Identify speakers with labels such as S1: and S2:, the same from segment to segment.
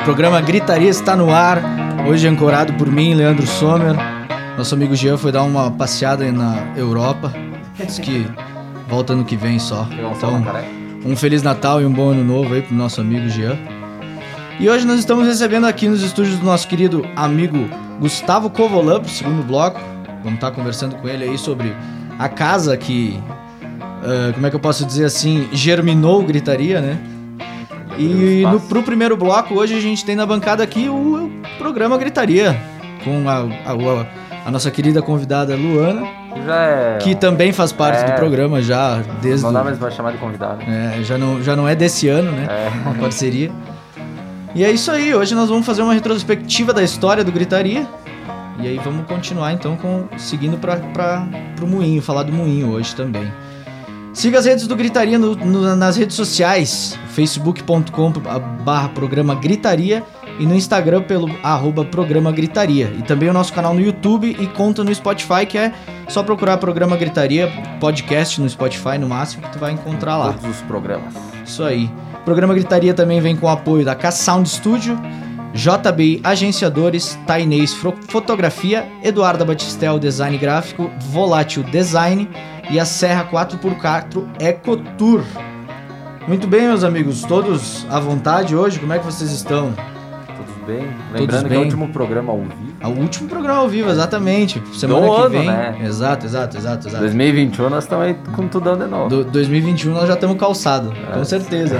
S1: O programa Gritaria está no ar, hoje ancorado por mim, Leandro Sommer. Nosso amigo Jean foi dar uma passeada na Europa, diz que volta ano que vem só. Então, um Feliz Natal e um bom Ano Novo aí pro nosso amigo Jean. E hoje nós estamos recebendo aqui nos estúdios do nosso querido amigo Gustavo Covolan, pro segundo bloco. Vamos estar conversando com ele aí sobre a casa que Uh, como é que eu posso dizer assim, germinou gritaria, né?
S2: um
S1: E no, pro primeiro bloco, hoje a gente tem na bancada aqui o, programa Gritaria, com a, a, a nossa querida convidada Luana,
S2: Já é.
S1: que também faz parte
S2: É.
S1: do programa já desde.
S2: Não
S1: o-
S2: dá mais pra chamar de convidado.
S1: é, já, não, já não é desse ano, né?
S2: É.
S1: Uma parceria. E é isso aí, hoje nós vamos fazer uma retrospectiva da história do Gritaria. E aí vamos continuar então com seguindo pra, pra, pro Moinho, falar do Moinho hoje também. Siga as redes do Gritaria no- no- nas redes sociais, facebook.com barra programa Gritaria e no Instagram pelo arroba programa Gritaria. E também o nosso canal no YouTube e conta no Spotify, que é só procurar programa Gritaria, podcast no Spotify no máximo, que tu vai encontrar lá.
S2: Todos os programas.
S1: Isso aí. O programa Gritaria também vem com o apoio da K-Sound Studio, JBI Agenciadores, Tainês Fro- Fotografia, Eduarda Batistel Design Gráfico, Volátil Design e a Serra 4x4 Ecotour. Muito bem, meus amigos, todos à vontade hoje? Como é que vocês estão?
S2: Todos bem? Lembrando que é
S1: bem.
S2: o último programa ao vivo.
S1: É O último programa ao vivo, exatamente. Semana
S2: Do
S1: que
S2: ano,
S1: vem.
S2: né?
S1: Exato, exato, exato, exato.
S2: 2021 nós estamos aí com tudão de novo.
S1: É. Do 2021 nós já estamos calçados,
S2: É.
S1: com certeza.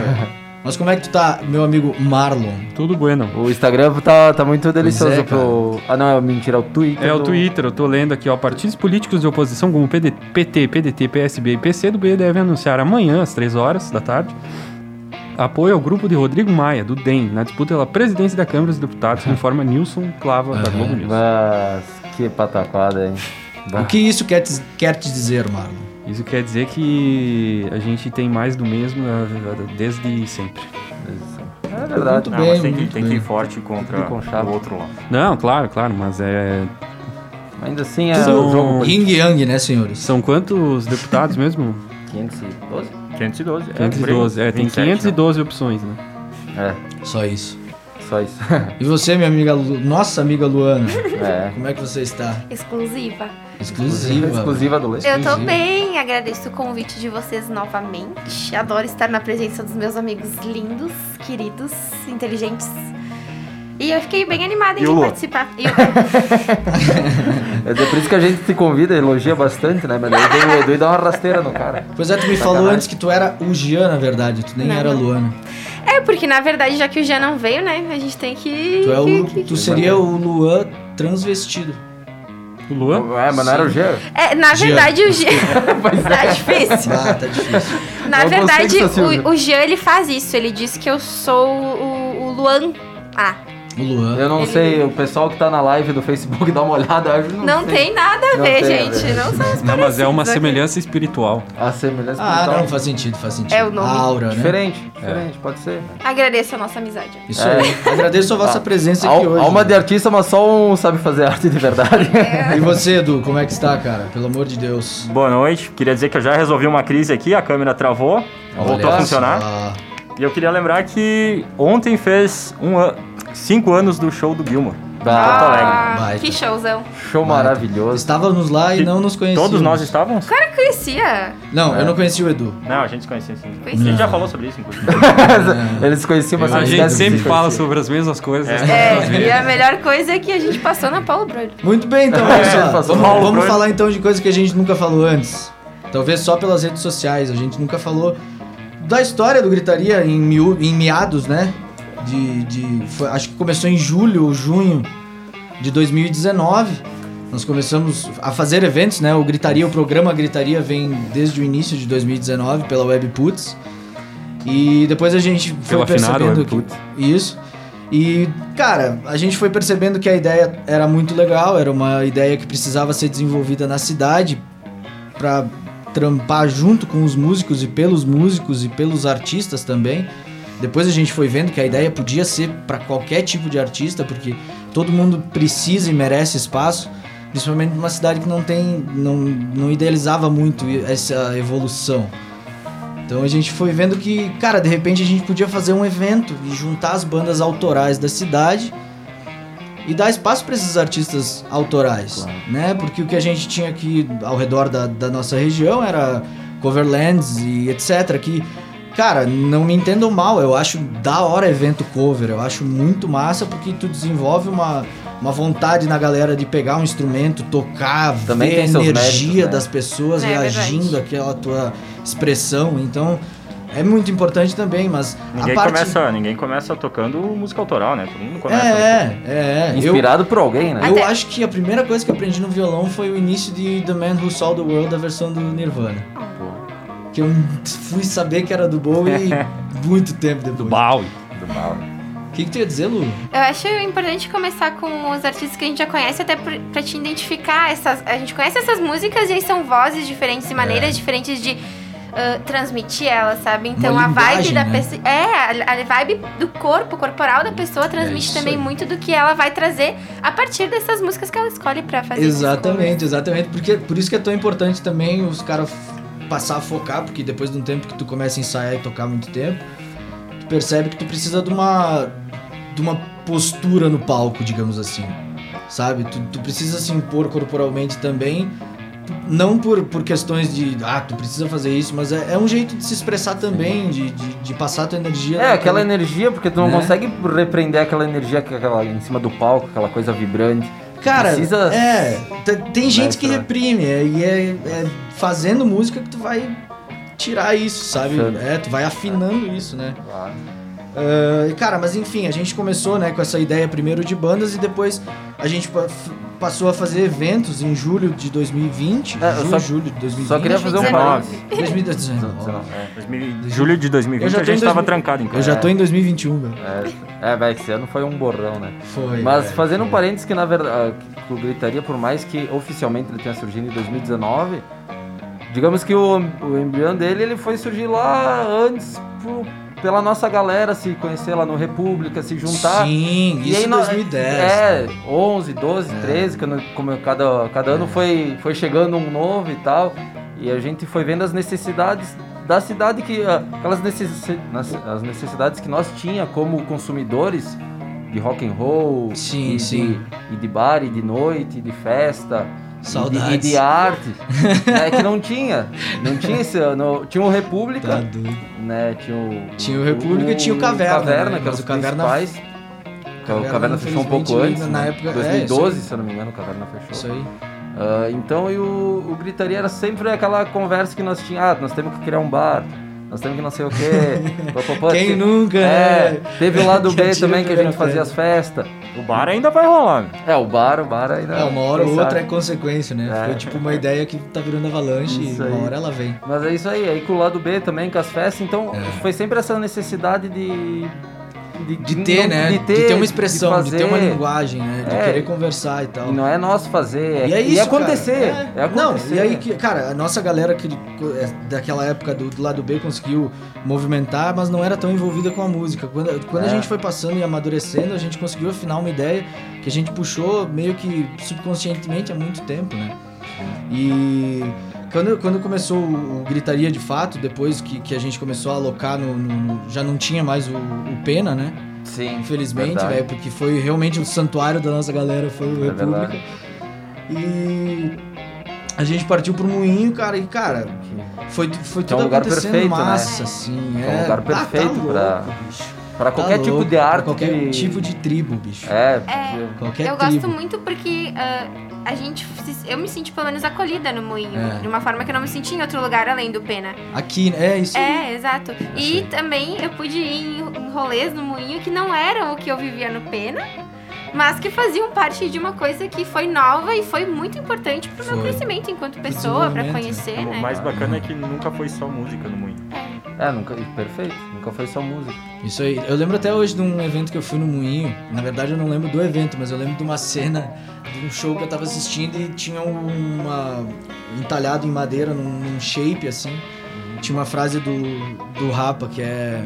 S1: Mas como é que tu tá, meu amigo Marlon?
S3: Tudo bueno.
S2: O Instagram tá, tá muito delicioso
S1: é,
S2: pro. Ah, não, é mentira, é o Twitter.
S3: É o
S2: do-
S3: Twitter, eu tô lendo aqui, ó. Partidos políticos de oposição como PD, PT, PDT, PSB e PCdoB devem anunciar amanhã, às 3 horas da tarde, apoio ao grupo de Rodrigo Maia, do DEM, na disputa pela presidência da Câmara dos Deputados, informa Nilson Clava, da Globo News.
S2: Mas que pataquada, hein?
S1: O que isso quer te, quer te dizer, Marlon?
S3: Isso quer dizer que a gente tem mais do mesmo eh, desde sempre.
S2: É verdade.
S1: Muito
S4: Ah,
S1: bem,
S4: mas tem que,
S1: muito
S4: tem que ir
S1: bem.
S4: forte
S2: Tem que ir
S4: contra
S2: com chave.
S4: o outro lá.
S3: Não, claro, claro, mas é.
S2: Ainda assim é
S3: São-
S2: o jogo por
S1: Yin Então, e Yang, né, senhores?
S3: São quantos deputados mesmo?
S2: 512.
S4: 512. é, por aí.
S3: 512. É, tem
S4: 27,
S3: 512 opções, né?
S2: É,
S1: Só isso.
S2: só isso.
S1: E você, minha amiga, Lu- nossa amiga Luana,
S2: é.
S1: como é que você está?
S5: exclusiva.
S1: Exclusiva.
S2: Exclusiva do leite.
S5: Eu tô
S1: Exclusiva.
S5: bem, agradeço o convite de vocês novamente. Adoro estar na presença dos meus amigos lindos, queridos, inteligentes. E eu fiquei bem animada em
S4: E o Lô?
S5: participar. E o-
S2: É por isso que a gente se convida, elogia bastante, né? Mas daí o Edu- o Edu dá uma rasteira no cara.
S1: Pois é, tu me falou antes que tu era o Jean, na verdade, tu nem
S5: Não,
S1: era a
S5: não.
S1: Luana.
S5: É, porque na verdade, já que o Jean não veio, né? A gente tem que.
S1: Tu, é
S5: que-
S1: o,
S5: que-
S1: tu seria o Luan transvestido.
S3: O Luan?
S2: É, mas não era o Jean.
S5: É, na
S1: Jean.
S5: verdade, o Jean. tá difícil.
S1: Ah, tá difícil.
S5: Na
S2: Eu gostei
S5: verdade,
S2: dessa Silvia.
S5: o, o Jean ele faz isso. Ele diz que eu sou o, o Luan. Ah,
S1: O Luan.
S2: Eu não
S5: Ele-
S2: sei, o pessoal que tá na live do Facebook dá uma olhada. eu Não,
S5: não
S2: sei.
S5: tem nada a
S2: Não
S5: ver,
S2: tem a
S5: gente.
S2: ver.
S5: Não somos
S3: Não, mas é uma
S5: parecidos, né?
S3: semelhança espiritual.
S2: A semelhança
S1: Ah,
S2: mental.
S1: não, faz sentido, faz sentido.
S5: É o nome.
S1: A aura, né?
S2: Então- Diferente, diferente, pode ser.
S5: Agradeço a nossa amizade.
S1: Isso aí. Agradeço a vossa
S2: Ah,
S1: presença aqui
S2: Al,
S1: hoje. né?
S2: alma de artista, mas só um sabe fazer arte de verdade.
S1: E você, Edu, como é que está, cara? Pelo amor de Deus.
S4: Boa noite. Queria dizer que eu já resolvi uma crise aqui, a câmera travou, voltou
S1: Olha
S4: a funcionar.
S1: só.
S4: E eu queria lembrar que ontem fez um an... cinco anos do show do Gilmar. Porto
S2: Ah, Bah,
S4: Alegre.
S1: Baita.
S5: Ah, que showzão.
S2: show maravilhoso.
S1: Estávamos lá e
S4: Que
S1: não nos conhecíamos.
S4: Todos nós estávamos?
S5: Eu conhecia.
S1: Não, eu não conheci o Edu.
S4: Não, a gente se conhecia sim. A
S5: Conhecia.
S4: gente já falou sobre isso, inclusive.
S1: né?
S2: Eles se conheciam, mas
S3: A
S2: eles
S3: gente
S2: esquecem de
S3: sempre
S2: se
S3: fala
S2: conhecer.
S3: sobre as mesmas coisas.
S4: É.
S5: É, e a melhor coisa é que a gente passou na Paulo Brown.
S1: Muito bem, então,
S2: É,
S1: pessoal.
S2: passou
S1: vamos
S4: mal,
S1: vamos
S4: Bruno.
S1: falar então de coisa que a gente nunca falou antes. Talvez só pelas redes sociais. A gente nunca falou da história do Gritaria em, miú- em meados, né? De, de, foi- acho que começou em julho ou junho de 2019. Nós começamos a fazer eventos, né? O Gritaria, o programa Gritaria vem desde o início de 2019 pela Webputs. E depois a gente foi
S3: Pelo afinado
S1: percebendo que...
S3: Webputs.
S1: Isso. E, cara, a gente foi percebendo que a ideia era muito legal, era uma ideia que precisava ser desenvolvida na cidade para trampar junto com os músicos e pelos músicos e pelos artistas também. Depois a gente foi vendo que a ideia podia ser para qualquer tipo de artista, porque todo mundo precisa e merece espaço, principalmente numa cidade que não tem, não, não idealizava muito essa evolução. Então a gente foi vendo que, cara, de repente a gente podia fazer um evento e juntar as bandas autorais da cidade e dar espaço para esses artistas autorais, né? Porque o que a gente tinha aqui ao redor da, da nossa região era coverlands e etc. Que, cara, não me entendam mal, eu acho da hora evento cover, eu acho muito massa porque tu desenvolve uma, uma vontade na galera de pegar um instrumento, tocar,
S2: Também
S1: ver
S2: tem
S1: a
S2: seus
S1: energia
S2: méritos, né?
S1: das pessoas
S5: É,
S1: reagindo
S5: verdade.
S1: àquela tua expressão, então é muito importante também, mas
S4: Ninguém,
S1: a parte...
S4: começa, ninguém começa tocando música autoral, né? Todo mundo
S1: É,
S4: começa.
S1: é, é, é. Eu,
S2: Inspirado por alguém, né?
S1: eu
S5: Até-
S1: acho que a primeira coisa que eu aprendi no violão foi o início de The Man Who Sold the World, a versão do Nirvana. Que eu fui saber que era do Bowie muito tempo depois.
S3: Uau!
S1: O que, que tu ia dizer, Lu?
S5: Eu acho importante começar com os artistas que a gente já conhece, até pr- pra te identificar. Essas, a gente conhece essas músicas e aí são vozes diferentes e maneiras
S1: É.
S5: diferentes de ah, transmitir elas, sabe? Então a vibe
S1: linguagem,
S5: da
S1: né?
S5: pessoa. É, a, a vibe do corpo, corporal da pessoa transmite
S1: É isso
S5: também
S1: aí.
S5: muito do que ela vai trazer a partir dessas músicas que ela escolhe pra fazer. essas coisas.
S1: Exatamente, exatamente. Porque, por isso que é tão importante também os caras f- passar a focar, porque depois de um tempo que tu começa a ensaiar e tocar muito tempo, tu percebe que tu precisa de uma, de uma postura no palco, digamos assim. Sabe? Tu, tu precisa se impor corporalmente também. Não por, por questões de, ah, tu precisa fazer isso, mas é, é um jeito de se expressar também, de, de, de passar a tua energia.
S2: É, aquela
S1: naquele-
S2: energia, porque tu não
S1: Né?
S2: consegue repreender aquela energia que é aquela em cima do palco, aquela coisa vibrante.
S1: Cara,
S2: Precisa-
S1: é, te- tem gente que
S2: pra-
S1: reprime, é, e é, é fazendo música que tu vai tirar isso, sabe?
S2: Sim.
S1: É, tu vai afinando isso, né? Ah, e, cara, mas enfim, a gente começou, né, com essa ideia primeiro de bandas e depois a gente pa- f- passou a fazer eventos em julho de 2020,
S2: É, eu
S1: junho,
S2: só-
S1: julho de 2020.
S2: Só queria fazer um
S5: 2019.
S2: parênteses.
S1: 2019.
S2: É,
S4: 2000 Julho de 2020
S1: Eu
S4: a
S1: já tô
S4: gente
S1: em
S4: tava
S1: 2000
S4: trancado em
S1: Eu
S4: casa.
S1: já tô em 2021, velho.
S2: É, vai, esse ano foi um borrão, né?
S1: Foi.
S2: Mas
S1: velho,
S2: fazendo um
S1: foi.
S2: parênteses que na verdade que o Gritaria, por mais que oficialmente ele tenha surgido em 2019, digamos que o, o embrião dele ele foi surgir lá antes pro- pela nossa galera se conhecer lá no República, se juntar.
S1: Sim,
S2: E
S1: isso
S2: aí
S1: em
S2: nó-
S1: 2010.
S2: É, 11, 12,
S1: É.
S2: 13, quando, como cada, cada ano foi, foi chegando um novo e tal. E a gente foi vendo as necessidades da cidade, que ah, aquelas necessi nas- as necessidades que nós tinha como consumidores de rock and roll,
S1: Sim,
S2: e,
S1: sim.
S2: De, e de bar, e de noite, e de festa, E, de,
S1: Saudades.
S2: e de arte, né, que não tinha, não tinha esse, não, tinha o República,
S1: Tá doido.
S2: né? Tinha o.
S1: Tinha o República e tinha o Caverna, né,
S2: que
S1: mas
S2: é
S1: o
S2: o
S1: Caverna-
S2: Caverna. Principais. Ca- O Caverna fechou um pouco
S1: infelizmente,
S2: antes.
S1: na
S2: né?
S1: época- é,
S2: 2012,
S1: isso aí.
S2: se eu não me engano, o Caverna fechou.
S1: Isso aí.
S2: Ah, então e o, o Gritaria era sempre aquela conversa que nós tínhamos. Ah, nós temos que criar um bar. Nós temos que não sei o quê. pá, pá, pá.
S1: Quem
S2: Te-
S1: nunca,
S2: É,
S1: né?
S2: teve o lado
S1: Que
S2: B
S1: atira
S2: também que a
S1: pela
S2: gente fazia
S1: pedra.
S2: as festas.
S4: É, O bar ainda vai rolar. meu.
S2: É, o bar, o bar ainda.
S1: É, uma hora ou
S2: quem
S1: outra é
S2: sabe.
S1: consequência, né?
S2: É.
S1: Foi tipo uma ideia que tá virando avalanche
S2: Isso
S1: e uma
S2: aí.
S1: hora ela vem.
S2: Mas é isso aí, aí com o lado B também, com as festas, então
S1: É.
S2: foi sempre essa necessidade de. De,
S1: De ter,
S2: não-
S1: né? De ter, uma expressão, de, ter uma
S2: fazer.
S1: linguagem, né? De
S2: É.
S1: querer conversar e tal.
S2: E não é nós fazer, é,
S1: E é isso,
S2: e acontecer.
S1: cara.
S2: É.
S1: É. Não,
S2: acontecer.
S1: e aí que, cara, a nossa galera que é, daquela época do, do lado B conseguiu movimentar, mas não era tão envolvida com a música. Quando, quando a
S2: É.
S1: gente foi passando e amadurecendo, a gente conseguiu afinar uma ideia que a gente puxou meio que subconscientemente há muito tempo, né? E quando, quando começou o, o Gritaria de fato, depois que, que a gente começou a alocar no. no- no- já não tinha mais o, o Pena, né?
S2: Sim,
S1: Infelizmente,
S2: verdade.
S1: velho, porque foi realmente o santuário da nossa galera, foi o
S2: É
S1: República.
S2: verdade.
S1: E a gente partiu pro moinho, cara, e cara, foi, foi
S2: Que é um
S1: tudo
S2: lugar
S1: acontecendo
S2: perfeito, né?
S1: massa, assim.
S2: É um lugar perfeito
S1: ah, tá
S2: pra-
S1: louco, bicho.
S2: Pra
S1: Tá
S2: qualquer tipo
S1: louco,
S2: de
S1: pra
S2: arte.
S1: Qualquer
S2: que-
S1: tipo de tribo, bicho.
S2: É,
S5: É.
S1: Qualquer
S5: eu
S1: tribo.
S5: gosto muito porque ah, a gente. se- Eu me senti pelo menos acolhida no moinho.
S1: É.
S5: De uma forma que eu não me senti em outro lugar além do Pena.
S1: Aqui, né? é isso. aí.
S5: É, exato. E também eu pude ir em rolês no moinho que não eram o que eu vivia no Pena, mas que faziam parte de uma coisa que foi nova e foi muito importante pro meu
S1: Foi.
S5: crescimento enquanto pessoa, pra
S1: desenvolvimento, né?
S5: conhecer,
S4: O
S5: né?
S4: mais bacana é que nunca foi só música no mundo.
S2: é, nunca. Perfeito. nunca foi só música.
S1: Isso aí. Eu lembro até hoje de um evento que eu fui no Moinho. Na verdade, eu não lembro do evento, mas eu lembro de uma cena de um show que eu tava assistindo e tinha um, uma entalhado em madeira num, num shape assim. Tinha uma frase do, do Rapa que é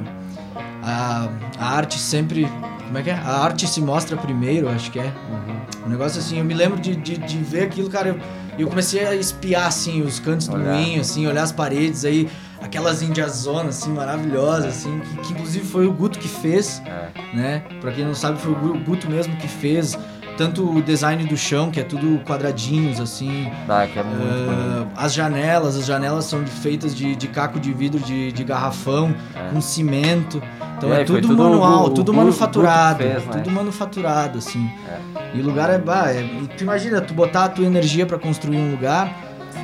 S1: a, a arte sempre, como é que é? A arte se mostra primeiro, acho que é.
S2: Uhum.
S1: Um negócio assim, eu me lembro de, de, de ver aquilo, cara, eu, eu comecei a espiar assim os cantos do
S2: Olhar.
S1: moinho, assim, olhar as paredes aí, aquelas indiazonas assim maravilhosas assim, que, que inclusive foi o Guto que fez
S2: É.
S1: né? Pra quem não sabe, foi o Gu- Guto mesmo que fez tanto o design do chão, que é tudo quadradinhos assim,
S2: Dá, que é muito bonito.
S1: ah, as janelas, as janelas são de- feitas de, de caco de vidro de, de garrafão,
S2: É.
S1: com cimento. Então
S2: É,
S1: é,
S2: e foi
S1: tudo,
S2: tudo
S1: manual,
S2: o- o
S1: tudo
S2: Gu-
S1: manufaturado,
S2: Guto fez, né?
S1: tudo manufaturado assim. E o lugar é, bah, é- e tu imagina tu botar a tua energia pra construir um lugar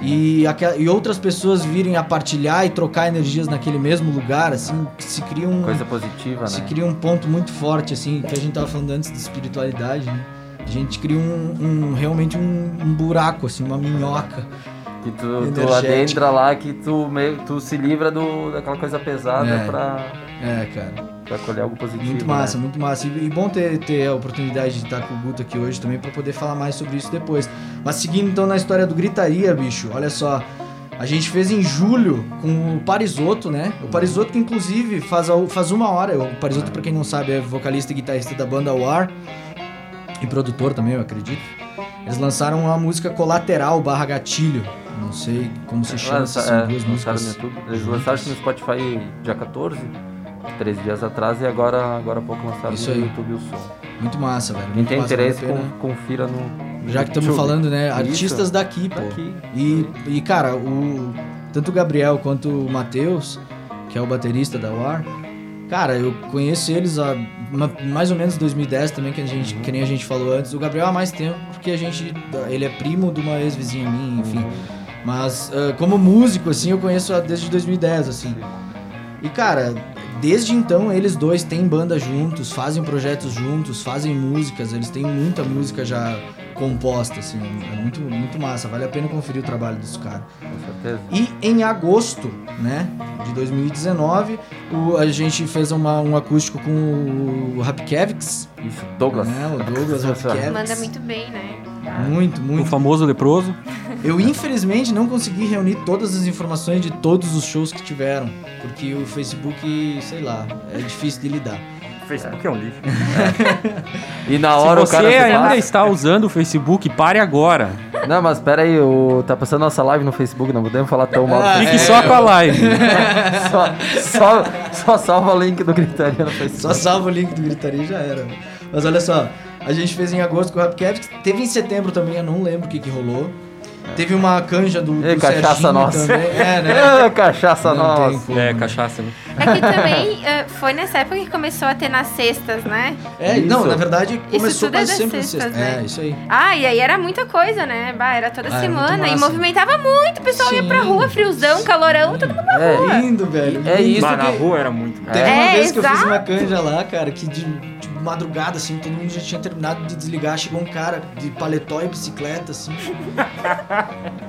S1: e, aqua- e outras pessoas virem a partilhar e trocar energias naquele mesmo lugar, assim, se cria um
S2: Coisa positiva,
S1: se
S2: né?
S1: cria um ponto muito forte, assim, que a gente tava falando antes de espiritualidade, né? A gente cria um, um- realmente um, um buraco, assim, uma minhoca.
S2: Que tu, tu
S1: energético.
S2: adentra lá, que tu, meio, tu se livra do, daquela coisa pesada
S1: É.
S2: pra,
S1: É, cara.
S2: pra colher algo positivo.
S1: Muito
S2: né?
S1: massa, muito massa. E, e bom ter, ter a oportunidade de estar com o Guto aqui hoje também pra poder falar mais sobre isso depois. Mas seguindo então na história do Gritaria, bicho, olha só. A gente fez em julho com o Parisoto, né? O Parisoto que inclusive faz, a- faz uma hora. O Parisoto, pra quem não sabe, é vocalista e guitarrista da banda War. e produtor também, eu acredito. Eles lançaram uma música colateral barra gatilho. Não sei como se chama, se
S2: Lança-
S1: são
S2: é,
S1: duas
S2: lançaram no
S1: músicas.
S2: YouTube. Eles lançaram no Spotify dia 14, três dias atrás, e agora, agora há pouco lançaram
S1: Isso
S2: no
S1: aí.
S2: YouTube o som.
S1: Muito massa, velho.
S2: Quem
S1: muito
S2: tem
S1: massa,
S2: interesse,
S1: vale a pena.
S2: con- confira no.
S1: Já que estamos falando, né?
S2: Isso.
S1: Artistas daqui, pô.
S2: Aqui.
S1: E, e, cara, o, tanto o Gabriel quanto o Matheus, que é o baterista da War, cara, eu conheço eles há ma- mais ou menos 2010 também, que, a gente, que nem a gente falou antes. O Gabriel há mais tempo, porque a gente. Ele é primo de uma ex-vizinha minha, enfim. Mas ah, como músico, assim, eu conheço desde 2010, assim. E, cara, desde então eles dois têm banda juntos, fazem projetos juntos, fazem músicas, eles têm muita música já composta, assim. É muito, muito massa, vale a pena conferir o trabalho dos caras.
S2: Com certeza.
S1: E em agosto, né, de 2019, o- a gente fez uma- um acústico com o Rapkevics,
S2: Isso, Douglas.
S1: né, o Douglas
S2: é
S1: Rapkevics.
S5: Manda muito bem, né?
S1: Muito,
S3: O
S1: muito.
S3: famoso leproso.
S1: Eu infelizmente não consegui reunir todas as informações de todos os shows que tiveram, porque o Facebook, sei lá, é difícil de lidar.
S4: Facebook é um lixo.
S2: E na
S3: Se
S2: hora
S3: você
S2: o cara. se
S3: ainda
S2: passa-
S3: está usando o Facebook, pare agora.
S2: Não, mas pera aí, o... tá passando nossa live no Facebook, não podemos falar tão mal.
S1: Ah,
S3: Fique
S1: é.
S3: só com a live.
S2: só, só, só salva o link do Gritaria no
S1: Só
S2: Facebook.
S1: salva o link do Gritaria e já era. Mas olha só, a gente fez em agosto com o Rapcavs, teve em setembro também, eu não lembro o que que rolou. Teve uma canja do, do
S2: Ei, cachaça
S1: Serginho
S2: nossa.
S1: também. É, né?
S2: É, cachaça
S1: Não tem
S2: nossa.
S1: como,
S3: É,
S1: né?
S3: cachaça. né?
S5: É que também eh, foi nessa época que começou a ter nas sextas, né?
S1: É, não,
S2: Isso.
S1: na verdade começou
S5: tudo é
S1: quase
S5: das
S1: sempre
S5: sextas,
S1: sexta.
S5: né?
S1: É, isso aí.
S5: Ah, e aí era muita coisa, né? Bah, era toda
S1: Ah, era muito
S5: semana e
S1: massa.
S5: movimentava muito, o pessoal ia
S1: Sim.
S5: pra rua, friozão, calorão, todo mundo.
S2: É,
S1: Lindo, velho.
S2: É
S1: lindo.
S2: isso
S4: Bah, Ah, na
S2: que-
S4: rua era muito. bom.
S1: Teve uma
S5: É,
S1: vez que eu fiz
S5: exato.
S1: uma canja lá, cara, que de, de madrugada, assim, todo mundo já tinha terminado de desligar. Chegou um cara de paletó e bicicleta, assim.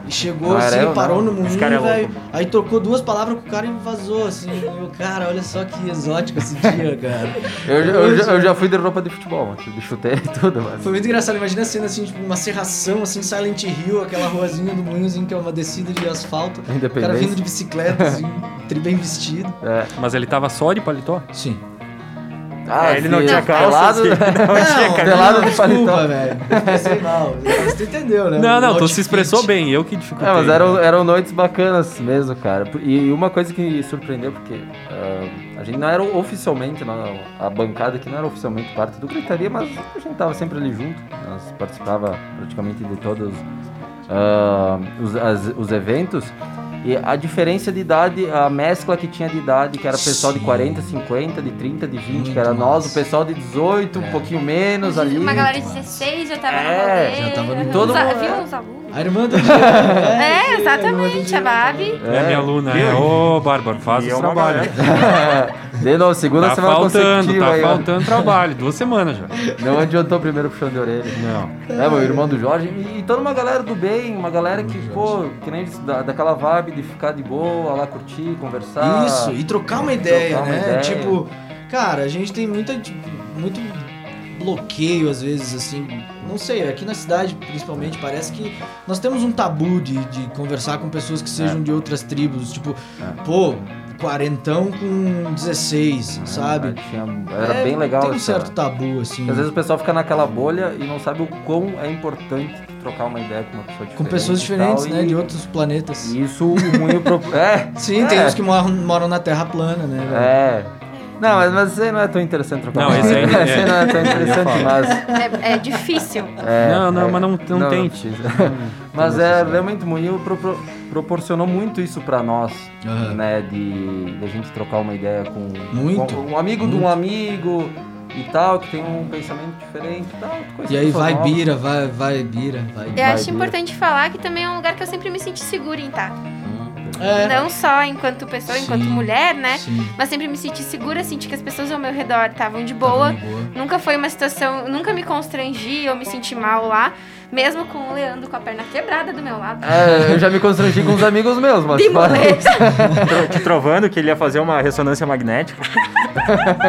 S1: e chegou, assim,
S2: Amarelo,
S1: parou
S2: não.
S1: no moinho,
S4: Esse cara é louco,
S1: velho. Aí trocou duas palavras com o cara e vazou, assim. E o cara, olha só que exótico esse dia, cara.
S2: Eu, eu, eu já fui de roupa de futebol, mano. De chuteira e tudo, mano.
S1: Foi muito engraçado. Imagina a cena, assim, tipo, uma serração, assim, Silent Hill, aquela ruazinha do moinho, assim, que é uma descida de asfalto. O cara vindo
S2: Independência.
S1: de bicicleta, assim, tri bem vestido.
S2: É.
S3: Mas ele tava só de paletó?
S1: Sim.
S2: Ah,
S4: É, ele não
S2: sim,
S4: tinha calça,
S2: pelado, né?
S4: sim.
S1: Não, não,
S2: Pelado de
S1: Desculpa,
S2: paletó.
S1: velho. Eu Pensei mal. Mas tu entendeu, né?
S3: Não, não,
S1: O
S3: tu
S1: outfit.
S3: se expressou bem, eu que dificultei.
S2: É, mas eram, eram noites bacanas mesmo, cara. E uma coisa que surpreendeu, porque ah, a gente não era oficialmente, não, a bancada aqui não era oficialmente parte do Gritaria, mas a gente tava sempre ali junto. Nós participava praticamente de todos ah, os, as- os eventos. E a diferença de idade, a mescla que tinha de idade, que era o pessoal de
S1: Sim.
S2: 40, 50, de 30, de 20, que
S1: Muito
S2: era nós, o
S1: massa.
S2: pessoal de
S3: É.
S2: 18, um pouquinho menos ali.
S5: Uma galera de 16 já tava
S2: É,
S5: no rolê.
S1: já tava no
S5: Uns
S2: todo
S5: a-
S2: mundo,
S5: Viu
S2: é.
S5: uns alunos?
S1: A irmã do Diego. né?
S5: É, exatamente, a Babi.
S3: É, minha aluna, é. Ô, Bárbara, faz
S4: E é
S3: o
S4: uma
S3: trabalho.
S2: De novo, segunda
S3: Tá
S2: semana
S3: faltando,
S2: consecutiva
S3: tá
S2: aí, ó.
S3: faltando trabalho. Duas semanas já.
S2: Não adiantou primeiro puxando de orelha.
S3: Não.
S2: É, meu irmão do Jorge. E, e toda uma galera do bem, uma galera que, pô, que nem eles, da, daquela vibe de ficar de boa, lá curtir, conversar.
S1: Isso, e trocar uma ideia,
S2: Tá. Trocar uma
S1: né?
S2: ideia.
S1: Tipo, cara, a gente tem muita, tipo, muito bloqueio às vezes, assim. Não sei, aqui na cidade, principalmente, parece que nós temos um tabu de, de conversar com pessoas que
S2: É.
S1: sejam de outras tribos. Tipo, pô, quarentão com 16, sabe?
S2: Ah, Tinha- É era
S1: É,
S2: bem legal.
S1: Tem um
S2: essa-
S1: certo tabu, assim.
S2: Porque Às vezes o pessoal fica naquela bolha e não sabe o quão é importante trocar uma ideia com uma pessoa diferente.
S1: com pessoas
S2: e
S1: diferentes,
S2: tal,
S1: né?
S2: e-
S1: De outros planetas.
S2: E isso o moinho pro- É.
S1: Sim,
S2: é,
S1: tem uns que moram, moram na Terra plana, né? velho?
S2: É. Não, mas, mas isso aí não é tão interessante trocar
S3: Não,
S2: uma
S3: isso aí-
S2: ideia.
S3: é.
S2: Isso aí não é tão interessante, mas.
S5: É, é difícil.
S2: É,
S3: não, não,
S2: é.
S3: mas não, não, tem.
S2: precisa. Mas é, realmente o Moinho pro- pro- proporcionou muito isso pra nós,
S1: Aham.
S2: né? De, de a gente trocar uma ideia com
S1: Muito,
S2: com um amigo de um
S1: muito.
S2: amigo e tal, que tem um pensamento diferente e tal. tu conhece
S1: E aí
S2: pessoas
S1: vai
S2: novas.
S1: bira, vai, vai bira, vai
S5: Eu
S1: bira.
S2: Vai,
S5: acho
S2: Bia.
S5: importante falar que também é um lugar que eu sempre me senti segura em estar.
S1: É.
S5: Não só enquanto pessoa,
S1: Sim,
S5: enquanto mulher, né?
S1: Sim. tá
S5: Mas sempre me senti segura, senti que as pessoas ao meu redor estavam de boa.
S1: Tá bem, boa.
S5: Nunca foi uma situação, nunca me constrangi ou me senti mal lá, mesmo com o Leandro com a perna quebrada do meu lado.
S2: É, eu já me constrangi com uns amigos meus, mas.
S5: De muleta.
S4: Tro- Te trovando que ele ia fazer uma ressonância magnética.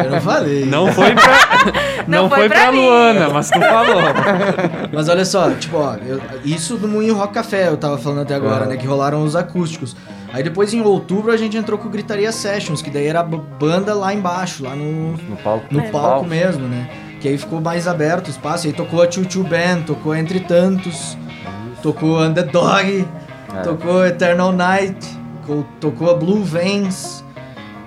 S1: Eu não falei.
S3: Não foi
S1: Ah,
S3: pra, não
S5: Não foi
S3: foi
S5: pra
S3: pra
S5: mim.
S3: Luana, mas tu falou.
S1: Mas olha só, tipo, ó, eu- isso no Moinho Rock Café eu tava falando até agora, né? Que rolaram os acústicos. Aí depois em outubro a gente entrou com o Gritaria Sessions, que daí era a b- banda lá embaixo, lá no,
S2: No palco.
S5: É.
S1: no palco mesmo, né? Que aí ficou mais aberto o espaço. Aí tocou a Choo Choo Band, tocou Entre Tantos, tocou Underdog,
S2: É.
S1: tocou Eternal Night, co- tocou a Blue Veins.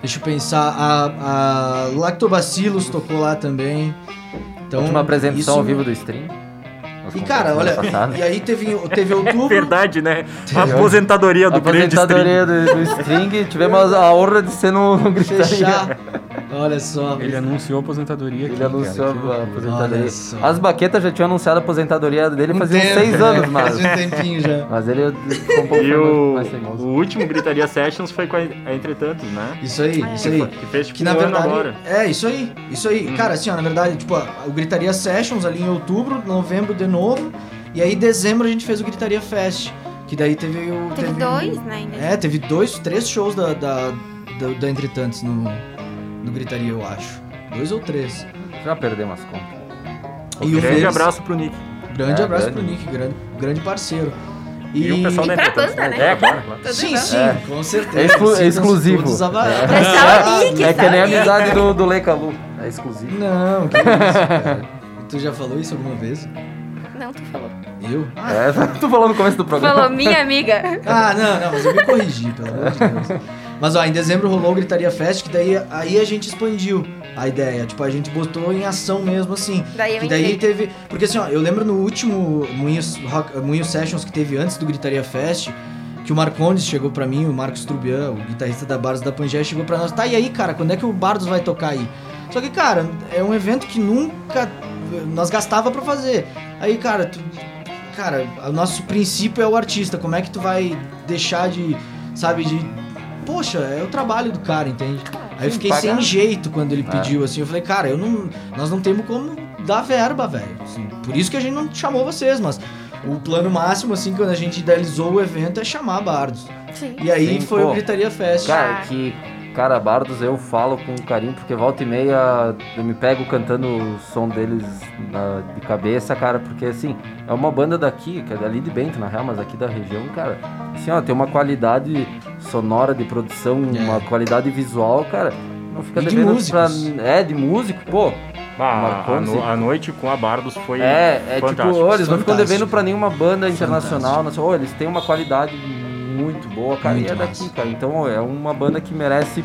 S1: Deixa eu pensar, a, a Lactobacillus tocou lá também. Então,
S2: Última apresentação
S1: isso-
S2: ao vivo do stream. Nós
S1: E
S2: contamos
S1: cara,
S2: semana
S1: olha,
S2: passada.
S1: e aí teve, teve outubro.
S4: Verdade, né? A aposentadoria do grande stream.
S2: aposentadoria do, do string, tivemos a honra de ser no, no
S4: tá
S2: gritaria.
S1: Fechar. Olha só.
S3: Ele anunciou a aposentadoria aqui.
S2: Ele anunciou
S3: cara, que
S2: a
S3: loucura.
S2: aposentadoria.
S1: Olha só.
S2: As baquetas já tinham anunciado a aposentadoria dele
S1: Um
S2: fazia uns
S1: tempo,
S2: seis
S1: né?
S2: anos, mas.
S1: Faz um tempinho já.
S2: Mas ele compôs
S4: E o,
S2: mais famoso.
S4: o último Gritaria Sessions foi com a, a Entretantos, né?
S1: Isso aí, isso aí.
S4: Que fez tipo,
S1: Que na
S4: um ano
S1: verdade.
S4: agora. Hum.
S1: É, isso aí, isso aí. Cara, assim, ó, na verdade, tipo, a- o Gritaria Sessions ali em outubro, novembro de novo. E aí em dezembro a gente fez o Gritaria Fest. Que daí teve o.
S5: Teve dois, né? ainda.
S1: É, teve dois, três shows da, da, da, da Entretantes no, no Gritaria, eu acho. Dois ou três.
S2: Já perdemos as contas.
S1: E
S4: Um
S1: um
S4: grande
S1: deles-
S4: abraço pro Nick.
S1: Grande
S2: É,
S1: abraço
S2: grande.
S1: pro Nick, grande, grande parceiro.
S4: E, o pessoal
S5: E
S4: da
S5: pra
S4: Entretantos.
S5: banda,
S4: É,
S5: né?
S4: claro, claro.
S5: Tudo
S1: Sim,
S5: bom.
S1: sim, com certeza.
S2: É exclu- é
S1: Sintam-se
S2: exclusivo.
S1: todos avalados.
S5: É só mim que
S2: É que nem a
S5: sabe.
S2: amizade do, do Leica Lu. É exclusivo.
S1: Não, que isso, cara. Tu já falou isso alguma vez?
S5: Não, tu falou.
S1: Eu?
S5: Ah,
S2: É, tu falou no começo do
S5: Tu
S2: programa.
S5: falou, minha amiga.
S1: Ah, não, não, mas eu me corrigi, pelo amor de Deus. Mas ó, em dezembro rolou o Gritaria Fest, que daí aí a gente expandiu a ideia. Tipo, a gente botou em ação mesmo, assim.
S5: Daí eu
S1: Que daí
S5: entrei.
S1: teve. Porque assim, ó, eu lembro no último Moinho, Rock- Moinho Sessions que teve antes do Gritaria Fest, que o Marcondes chegou pra mim, o Marcos Trubian, o guitarrista da Bardos da Pangeia, chegou pra nós. Tá, e aí, cara, quando é que o Bardos vai tocar aí? Só que, cara, é um evento que nunca nós gastava pra fazer. Aí, cara, tu, cara, o nosso princípio é o artista. Como é que tu vai deixar de, sabe, de poxa, é o trabalho do cara, entende? Aí eu fiquei sem
S2: pagar.
S1: jeito quando ele
S2: É.
S1: pediu assim. Eu falei, cara, eu não, nós não temos como dar verba, velho. assim, por isso que a gente não chamou vocês, mas o plano máximo assim quando a gente idealizou o evento é chamar bardos.
S5: Sim.
S1: E aí
S2: Sim,
S1: foi
S2: pô.
S1: o Gritaria Fest.
S2: Cara, é que. Cara, Bardos eu falo com carinho, porque volta e meia eu me pego cantando o som deles na- de cabeça, cara, porque assim, é uma banda daqui, que é dali de Bento, na real, mas aqui da região, cara, assim, ó, tem uma qualidade sonora de produção,
S1: É.
S2: uma qualidade visual, cara, não fica
S1: E de
S2: devendo
S1: músicos.
S2: pra. É, de músico, pô.
S4: Ah, a,
S2: Marcondes.
S4: no- a noite com a Bardos foi
S2: É, é tipo,
S4: fantástico.
S2: ó, eles não
S1: fantástico.
S2: ficam devendo pra nenhuma banda internacional. Não sei, ó, eles têm uma qualidade muito boa, cara.
S1: Muito
S2: e é daqui,
S1: massa.
S2: cara. Então ó, é uma banda que merece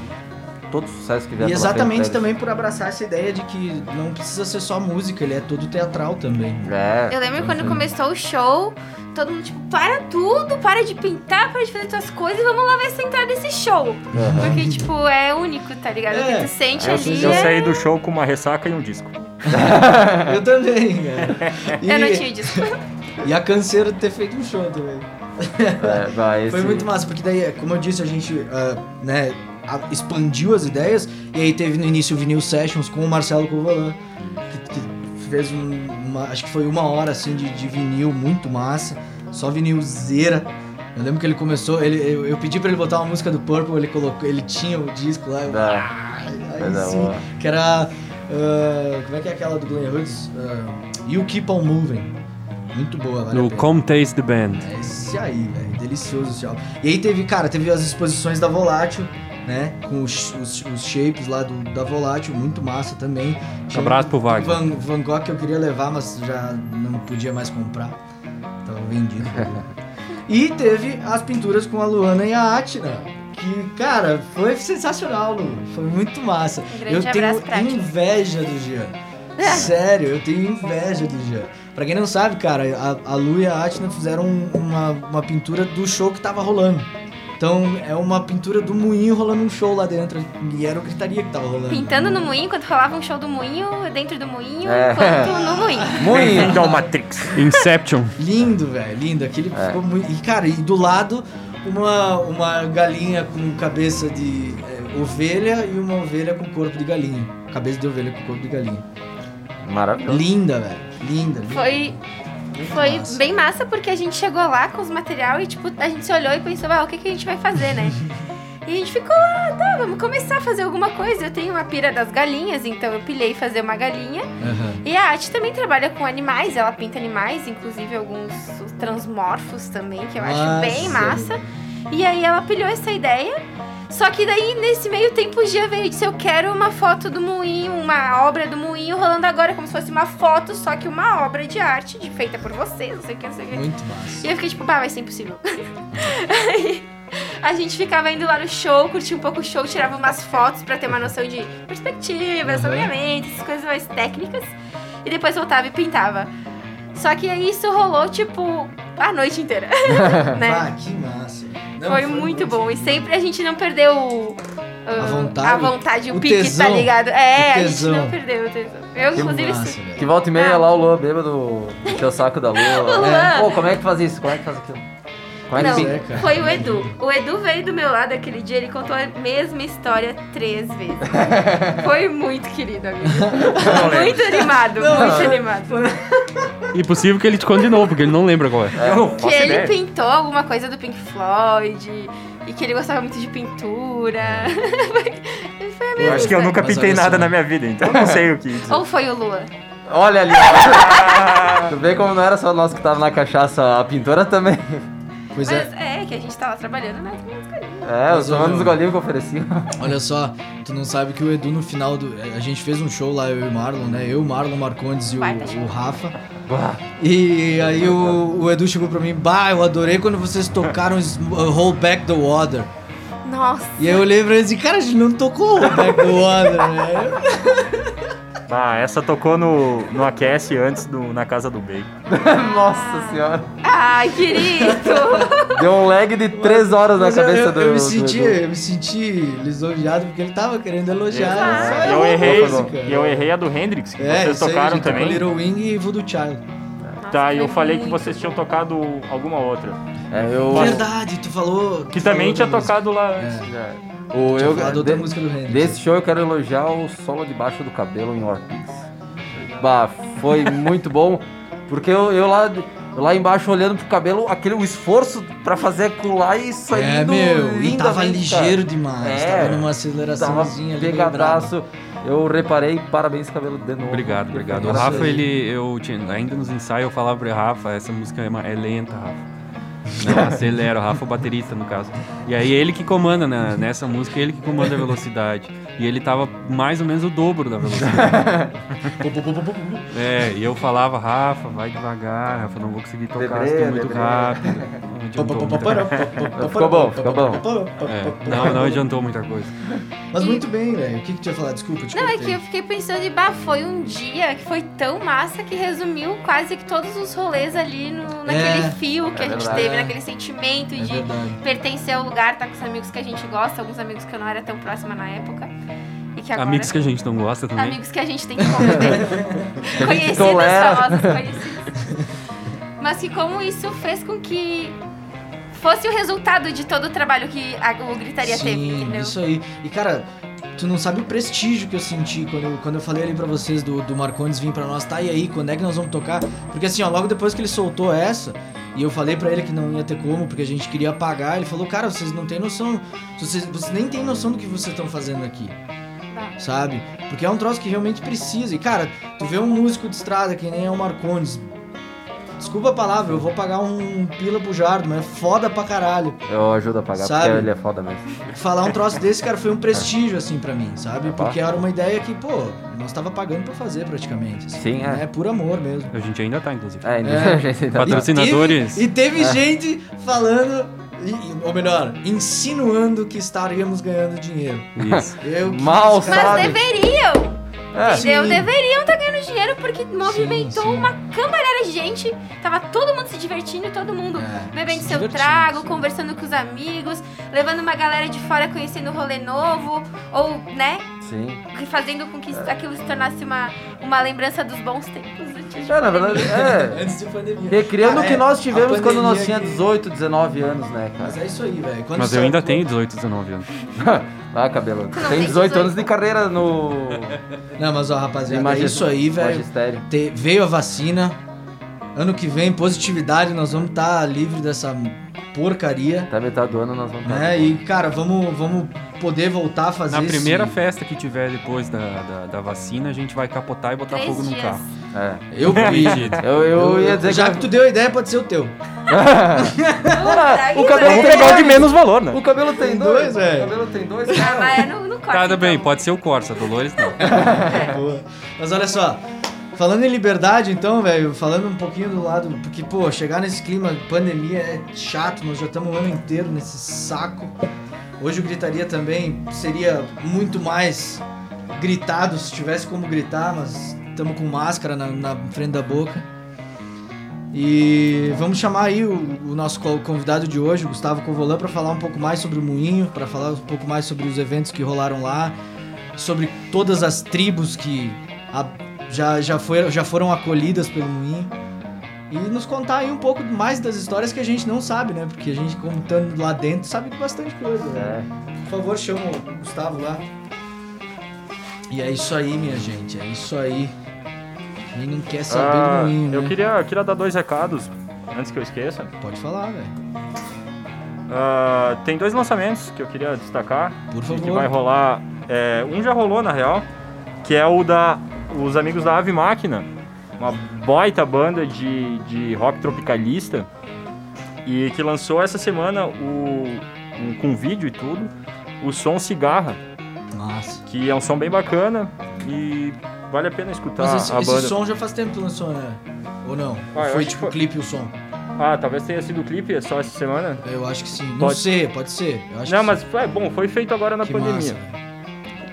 S2: todo o sucesso que vier
S1: E
S2: pela
S1: exatamente
S2: frente, É
S1: também por abraçar essa ideia de que não precisa ser só música, ele é todo teatral também.
S2: velho. É.
S5: Eu lembro quando começou o show, todo mundo tipo, para tudo, para de pintar, para de fazer tuas coisas, vamos lá ver essa entrada desse show. Porque, tipo, é único, tá ligado? O
S1: É.
S5: que tu sente
S1: Eu
S5: ali.
S1: fiz-
S4: Eu
S5: é-
S4: saí do show com uma ressaca e um disco.
S2: É.
S1: Eu também, cara. E-
S5: é Eu não tinha disso.
S1: E a canseiro de ter feito um show também.
S2: É, bah, esse-
S1: Foi muito massa, porque daí, como eu disse, a gente ah, né, a- expandiu as ideias e aí teve no início o Vinil Sessions com o Marcelo Covolan, que, que fez um- uma, acho que foi uma hora assim de, de vinil muito massa, só vinilzeira. Eu lembro que ele começou, ele, eu, eu pedi pra ele botar uma música do Purple, ele colocou, ele tinha o disco lá, eu,
S2: Dá.
S1: ai,
S2: Vai
S1: aí
S2: dar
S1: Ah, sim,
S2: uma-
S1: que era. ah, como é que é aquela do Glenn Hughes? Ah, you Keep On Moving. Muito boa, vale a
S3: No
S1: pena.
S3: Come Taste the Band.
S1: É esse aí, velho. Delicioso esse álbum. E aí teve, cara, teve as exposições da Volátil, né? Com os, os- os shapes lá do, da Volátil, muito massa também. Tinha
S3: Abraço
S1: um-
S3: pro Wagner.
S1: Van, Van Gogh que eu queria levar, mas já não podia mais comprar. Tava vendido. e teve as pinturas com a Luana e a Atina. Que, cara, foi sensacional, Lu. Foi muito massa.
S5: Um
S1: eu
S5: grande
S1: tenho
S5: abraço pra ti.
S1: inveja do Jean. Sério, eu tenho inveja do Jean. Pra quem não sabe, cara, a, a Lu e a Atina fizeram um- uma, uma pintura do show que tava rolando. Então é uma pintura do moinho rolando um show lá dentro. E era o gritaria que tava rolando.
S5: Pintando no moinho, quando rolava um show do moinho, dentro do moinho,
S2: É.
S5: quanto no moinho.
S4: Bem-vindo ao Matrix.
S3: Inception.
S1: Lindo, velho, lindo. Aquele
S2: É.
S1: ficou muito. E, cara, e do lado, uma, uma galinha com cabeça de é, ovelha e uma ovelha com corpo de galinha. Cabeça de ovelha com corpo de galinha.
S2: Maravilhoso.
S1: Linda, velho. Linda. linda.
S5: Foi,
S1: Muito
S5: foi
S1: massa.
S5: bem massa porque a gente chegou lá com os material e tipo, a gente se olhou e pensou, ah, o que, que a gente vai fazer, né? E a gente ficou, ah, tá, vamos começar a fazer alguma coisa. Eu tenho uma pira das galinhas, então eu pilhei fazer uma galinha.
S1: Aham.
S5: E a arte também trabalha com animais, ela pinta animais, inclusive alguns transmorfos também, que eu
S1: Massa.
S5: acho bem massa. E aí ela pilhou essa ideia. Só que daí, nesse meio tempo, o Gia veio e disse: Eu quero uma foto do moinho, uma obra do moinho rolando agora, como se fosse uma foto, só que uma obra de arte de- feita por você, não sei o que, não sei o que.
S1: Muito massa.
S5: E eu fiquei tipo, pá, vai ser impossível. Aí, a gente ficava indo lá no show, curtia um pouco o show, tirava umas fotos pra ter uma noção de perspectiva, sombreamento, essas coisas mais técnicas. E depois voltava e pintava. Só que aí isso rolou, tipo, a noite inteira. né?
S1: Ah, que massa. Não,
S5: foi, muito, bom. E sempre a gente não perdeu o.
S1: A
S5: ah,
S1: vontade,
S5: a vontade, o,
S1: o
S5: pique,
S1: tesão,
S5: tá ligado? É,
S1: o
S5: a gente
S1: tesão.
S5: não perdeu o tesão. Eu,
S1: Que
S5: inclusive,
S1: massa,
S5: su-
S1: velho.
S2: Que volta e meia lá o Luan bêbado encheu o saco da Lua.
S5: Luan.
S2: Pô, como é que faz isso? Como é que faz aquilo? Como é que
S5: Não,
S1: Pois é,
S2: pinta?
S1: cara.
S5: foi o Edu. O Edu veio do meu lado aquele dia, ele contou a mesma história três vezes. Foi muito querido, amigo. muito animado, muito
S1: é.
S5: animado.
S3: E possível que ele te conte de novo, porque ele não lembra qual é.
S4: Eu não
S5: Que
S4: faço
S5: ele
S4: ideia.
S5: pintou alguma coisa do Pink Floyd e que ele gostava muito de pintura. Foi- foi a mesma
S4: Eu acho que eu
S5: história.
S4: nunca
S1: Mas
S4: pintei
S1: olha
S4: nada
S1: só.
S4: na minha vida, então eu não sei o que dizer.
S5: Ou foi o Lua?
S2: Olha ali. tu vê como não era só nós que tava na cachaça, a pintora também.
S1: Pois é.
S5: Mas é, que a gente tava trabalhando, né? Tem umas coisas.
S2: É,
S1: Mas,
S2: os humanos
S1: ô, meu.
S2: golinhos que ofereciam.
S1: Olha só, tu não sabe que o Edu no final do. A gente fez um show lá, eu e o Marlon, né? Eu, o Marlon Marcondes e o,
S5: Vai, tá chegando.
S1: o Rafa. E aí o, o Edu chegou pra mim, bah, eu adorei quando vocês tocaram Sm- uh, Hold Back the Water.
S5: Nossa.
S1: E aí eu olhei pra ele e disse, cara, a gente não tocou Hold Back the Water, né?
S4: Ah, essa tocou no, no aquece antes do, na casa do Bacon.
S2: Nossa senhora.
S5: Ai, querido.
S2: Deu um lag de 3 horas na
S1: Mas eu,
S2: cabeça
S1: eu,
S2: do.
S1: eu me
S2: do
S1: senti,
S2: Edu.
S1: eu me senti lisonjeado porque ele tava querendo elogiar.
S5: Exato.
S1: Só né,
S4: E eu errei,
S1: isso, cara.
S4: e eu errei a do Hendrix, que
S1: É,
S4: vocês
S1: isso aí, a
S4: tocaram
S1: gente tocou
S4: também.
S1: Little Wing e Voodoo Child.
S4: Tá, e eu
S5: Foi
S4: falei que
S5: muito
S4: vocês tinham tocado alguma outra.
S2: É, eu.
S1: Verdade, tu falou.
S4: Que
S1: tu
S4: também
S1: falou
S4: tinha
S1: da música.
S4: tocado lá antes.
S1: É,
S2: O,
S1: tinha
S2: eu
S1: falado outra
S2: de-
S1: música do Hendrix.
S2: Desse show eu quero elogiar o solo de baixo do cabelo em Orpix. Bah, foi muito bom, porque eu, eu lá, eu lá embaixo olhando pro cabelo, aquele o esforço pra fazer aquilo lá e saindo
S1: É, meu, e
S2: lindamente,
S1: tava
S2: cara.
S1: ligeiro demais.
S2: É,
S1: tava numa
S2: Tava
S1: aceleraçãozinha ali. meio brava.
S2: pegadaço. Eu reparei, parabéns cabelo de novo.
S3: Obrigado,
S2: Porque
S3: obrigado.
S2: foi
S3: O
S1: Isso
S3: Rafa,
S1: aí.
S3: ele, eu tinha, ainda nos ensaios eu falava pra Rafa, essa música é, ma- é lenta, Rafa. Não, acelera, o Rafa é o baterista no caso. E aí ele que comanda né, nessa música, ele que comanda a velocidade. E ele tava mais ou menos o dobro da velocidade. É, e eu falava, Rafa, vai devagar, Rafa, não vou conseguir tocar, você
S2: Debré,
S3: tá muito
S2: debré.
S3: rápido. Não adiantou muita coisa.
S1: Então
S2: Ficou bom, ficou bom.
S3: É, não, não adiantou muita coisa.
S1: Mas muito bem, velho. O que que tu ia falar? Desculpa, te
S5: Não, é
S1: cortei.
S5: que eu fiquei pensando, e bah, foi um dia que foi tão massa que resumiu quase que todos os rolês ali no, naquele
S1: É,
S5: fio que
S2: é
S5: a gente
S2: verdade.
S5: teve, naquele sentimento
S1: É
S5: de
S1: verdade.
S5: pertencer ao lugar, estar com os amigos que a gente gosta, alguns amigos que eu não era tão próxima na época. E que agora,
S3: Amigos que a gente não gosta
S6: né?
S3: também.
S5: amigos que a gente tem que conviver.
S2: Que a gente
S5: né? conhecidos,
S2: tolera.
S5: famosas, conhecidos. mas que como isso fez com que fosse o resultado de todo o trabalho que a, o Gritaria
S1: Sim,
S5: teve, entendeu?
S1: Isso aí. E cara, tu não sabe o prestígio que eu senti quando eu, quando eu falei ali pra vocês do, do Marcondes vir pra nós, tá? E aí, quando é que nós vamos tocar? Porque assim, ó, logo depois que ele soltou essa, e eu falei pra ele que não ia ter como, porque a gente queria pagar, ele falou, cara, vocês não têm noção, vocês, vocês nem têm noção do que vocês estão fazendo aqui.
S5: Tá.
S1: Sabe? Porque é um troço que realmente precisa. E cara, tu vê um músico de estrada que nem é o Marcondes. Desculpa a palavra, eu vou pagar um pila pro Jardim, mas é foda pra caralho
S2: Eu ajudo a pagar,
S1: Sabe?
S2: porque ele é foda mesmo.
S1: falar um troço desse, cara, foi um prestígio, assim, pra mim, sabe? Porque era uma ideia que, pô, nós tava pagando pra fazer, praticamente. assim,
S2: Sim, é.
S1: né? Por amor mesmo.
S3: A gente ainda tá, inclusive.
S2: É, ainda
S1: É.
S2: a gente ainda-
S3: Patrocinadores.
S1: E teve,
S2: É.
S1: e teve gente falando, e- ou melhor, insinuando que estaríamos ganhando dinheiro.
S3: Isso.
S1: Eu que-
S2: Mal
S5: Mas
S2: sabe.
S5: deveriam!
S2: É.
S5: Entendeu?
S1: Sim.
S5: Deveriam estar ganhando dinheiro porque movimentou
S1: sim.
S5: uma camarada de gente. Tava todo mundo se divertindo, todo mundo
S1: É,
S5: bebendo
S1: se
S5: seu
S1: divertindo,
S5: trago,
S1: sim.
S5: conversando com os amigos, levando uma galera de fora conhecendo o rolê novo, ou, né,
S2: Sim.
S5: fazendo com que
S1: É.
S5: isso- aquilo se tornasse uma, uma lembrança dos bons tempos. antes de
S2: É, na
S5: pandemia.
S2: verdade, é.
S1: Antes de pandemia.
S2: Recriando
S1: Cara,
S2: o que
S1: é,
S2: nós
S1: a
S2: tivemos
S1: pandemia
S2: quando nós tinha
S1: que-
S2: 18, 19 anos, né,
S1: Mas
S2: cara?
S1: é isso aí, velho. Quando
S3: Mas eu
S1: saiu-
S3: ainda tenho 18, 19 anos.
S2: Ah, cabelo.
S5: Tu não
S2: Tem
S5: tem
S2: 18
S5: 18.
S2: anos de carreira no
S1: Não, mas ó, rapaziada, é
S2: Imagina-
S1: isso aí, velho.
S2: magistério.
S1: Te- Veio a vacina. Ano que vem, positividade, nós vamos estar livre dessa porcaria.
S2: Até metade do ano nós vamos tá
S1: né? E, cara, vamos, vamos poder voltar a fazer
S3: Na primeira
S1: esse...
S3: festa que tiver depois da, da, da vacina, a gente vai capotar e botar
S5: Três
S3: fogo num
S5: dias.
S3: carro.
S2: É.
S1: Eu vi.
S3: Acredito. Tá,
S2: Eu, eu ia dizer
S1: Já que
S2: que...
S1: tu deu a ideia, pode ser o teu.
S2: o
S5: Puta que
S2: cabelo
S5: pariu.
S4: Vamos pegar o de menos valor, né?
S2: O cabelo tem
S1: Tem
S2: dois,
S1: dois, é. velho.
S2: O cabelo tem dois,
S5: Ah,
S2: cara.
S5: mas é no, no quarto,
S3: Tá, tudo bem,
S5: então.
S3: pode ser o Corsa, Dolores não.
S1: Boa. Mas olha só, falando em liberdade, então, velho, falando um pouquinho do lado, porque, pô, chegar nesse clima de pandemia é chato, nós já estamos o ano inteiro nesse saco. Hoje o gritaria também seria muito mais gritado se tivesse como gritar, mas estamos com máscara na, na frente da boca. E vamos chamar aí o, o nosso co- convidado de hoje, o Gustavo Covolan, para falar um pouco mais sobre o Moinho, para falar um pouco mais sobre os eventos que rolaram lá, sobre todas as tribos que a- já, já, foram, já foram acolhidas pelo Moinho. E nos contar aí um pouco mais das histórias que a gente não sabe, né? Porque a gente, como estando lá dentro, sabe bastante coisa. Né?
S2: É.
S1: Por favor, chama o Gustavo lá. E é isso aí, minha gente. É isso aí. Quem não quer saber
S4: Ah,
S1: do moinho,
S4: eu
S1: né?
S4: queria, eu queria dar dois recados, antes que eu esqueça.
S1: Pode falar, velho.
S4: Ah, tem dois lançamentos que eu queria destacar.
S1: Por
S4: e Que
S1: favor.
S4: vai rolar. é, um já rolou, na real, que é o da os amigos da Ave Máquina. Uma baita banda de, de rock tropicalista. E que lançou essa semana o, um- com vídeo e tudo. O som Cigarra,
S1: Nossa.
S4: que é um som bem bacana e vale a pena escutar
S1: Mas esse,
S4: Tá, a
S1: esse
S4: banda.
S1: som já faz tempo que lançou, né? Ou não?
S4: Ah, eu
S1: Foi
S4: acho
S1: tipo
S4: que foi-
S1: clipe o som?
S4: Ah, talvez tenha sido o clipe, é só essa semana.
S1: Eu acho que sim. Não
S4: Pode-
S1: sei, pode ser. Eu acho
S4: Não,
S1: que
S4: mas
S1: sim.
S4: é bom, foi feito agora na
S1: Que
S4: pandemia.
S1: massa, velho.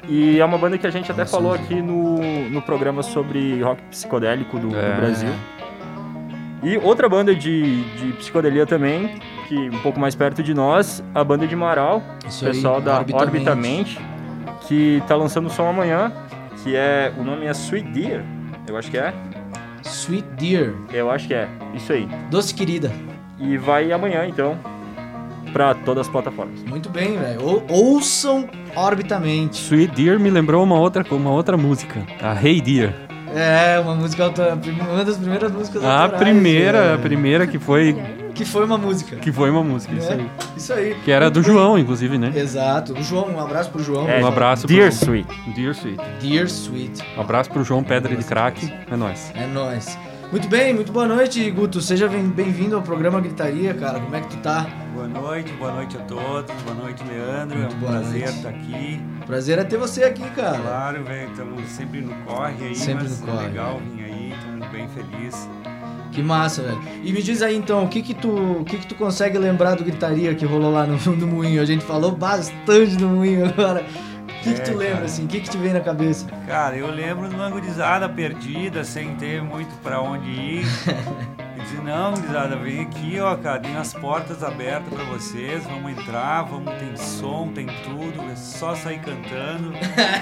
S4: E é uma banda que a gente até
S1: Nossa,
S4: falou
S1: mas-
S4: aqui no, no programa sobre rock psicodélico do, do
S3: É.
S4: Brasil. E outra banda de, de psicodelia também, que um pouco mais perto de nós, a banda de Marau, o
S1: Isso aí,
S4: pessoal da
S1: Orbitamente.
S4: Orbitamente, que tá lançando som amanhã, que é. O nome é Sweet Deer. Eu acho que é.
S1: Sweet Dear.
S4: Eu acho que é. Isso aí.
S1: Doce querida.
S4: E vai amanhã, então, pra todas as plataformas.
S1: Muito bem, velho. Ou- Ouçam Orbitamente.
S3: Sweet Dear me lembrou uma outra, uma outra música, a Hey Dear.
S1: É, uma música autora. Uma das primeiras músicas
S4: Ah,
S3: A
S1: autorais,
S3: primeira, a
S1: velho.
S3: primeira que foi,
S1: Que foi uma música.
S3: que foi uma música, isso
S1: É.
S3: aí.
S1: Isso aí.
S3: Que era do João, inclusive, né?
S1: Exato. O João, um abraço pro João.
S4: É,
S3: Um abraço pro
S4: Dear
S3: João.
S4: Sweet.
S3: Dear Sweet.
S1: Dear Sweet.
S3: Um abraço pro João Pedra de Crack, é nóis.
S1: É nóis. Muito bem, muito boa noite, Guto. Seja bem- bem-vindo ao programa Gritaria, cara. Como é que tu tá?
S6: Boa noite, boa noite a todos, boa noite Leandro,
S1: Muito
S6: é um
S1: boa
S6: prazer
S1: noite.
S6: estar aqui.
S1: Prazer é ter você aqui, cara.
S6: Claro, velho, estamos sempre no corre aí,
S1: Sempre
S6: mas
S1: no
S6: é
S1: corre,
S6: legal vir aí, estamos bem felizes.
S1: Que massa, velho. E me diz aí então, o que que tu, o que que tu consegue lembrar do Gritaria que rolou lá no, no Moinho? A gente falou bastante do Moinho agora. O que, que tu
S6: É,
S1: lembra,
S6: cara.
S1: assim? O que que te vem na cabeça?
S6: Cara, eu lembro de uma gurizada perdida, sem ter muito pra onde ir. Eu disse, não, gurizada, vem aqui, ó, cara, tem as portas abertas pra vocês, vamos entrar, vamos, tem som, tem tudo, é só sair cantando.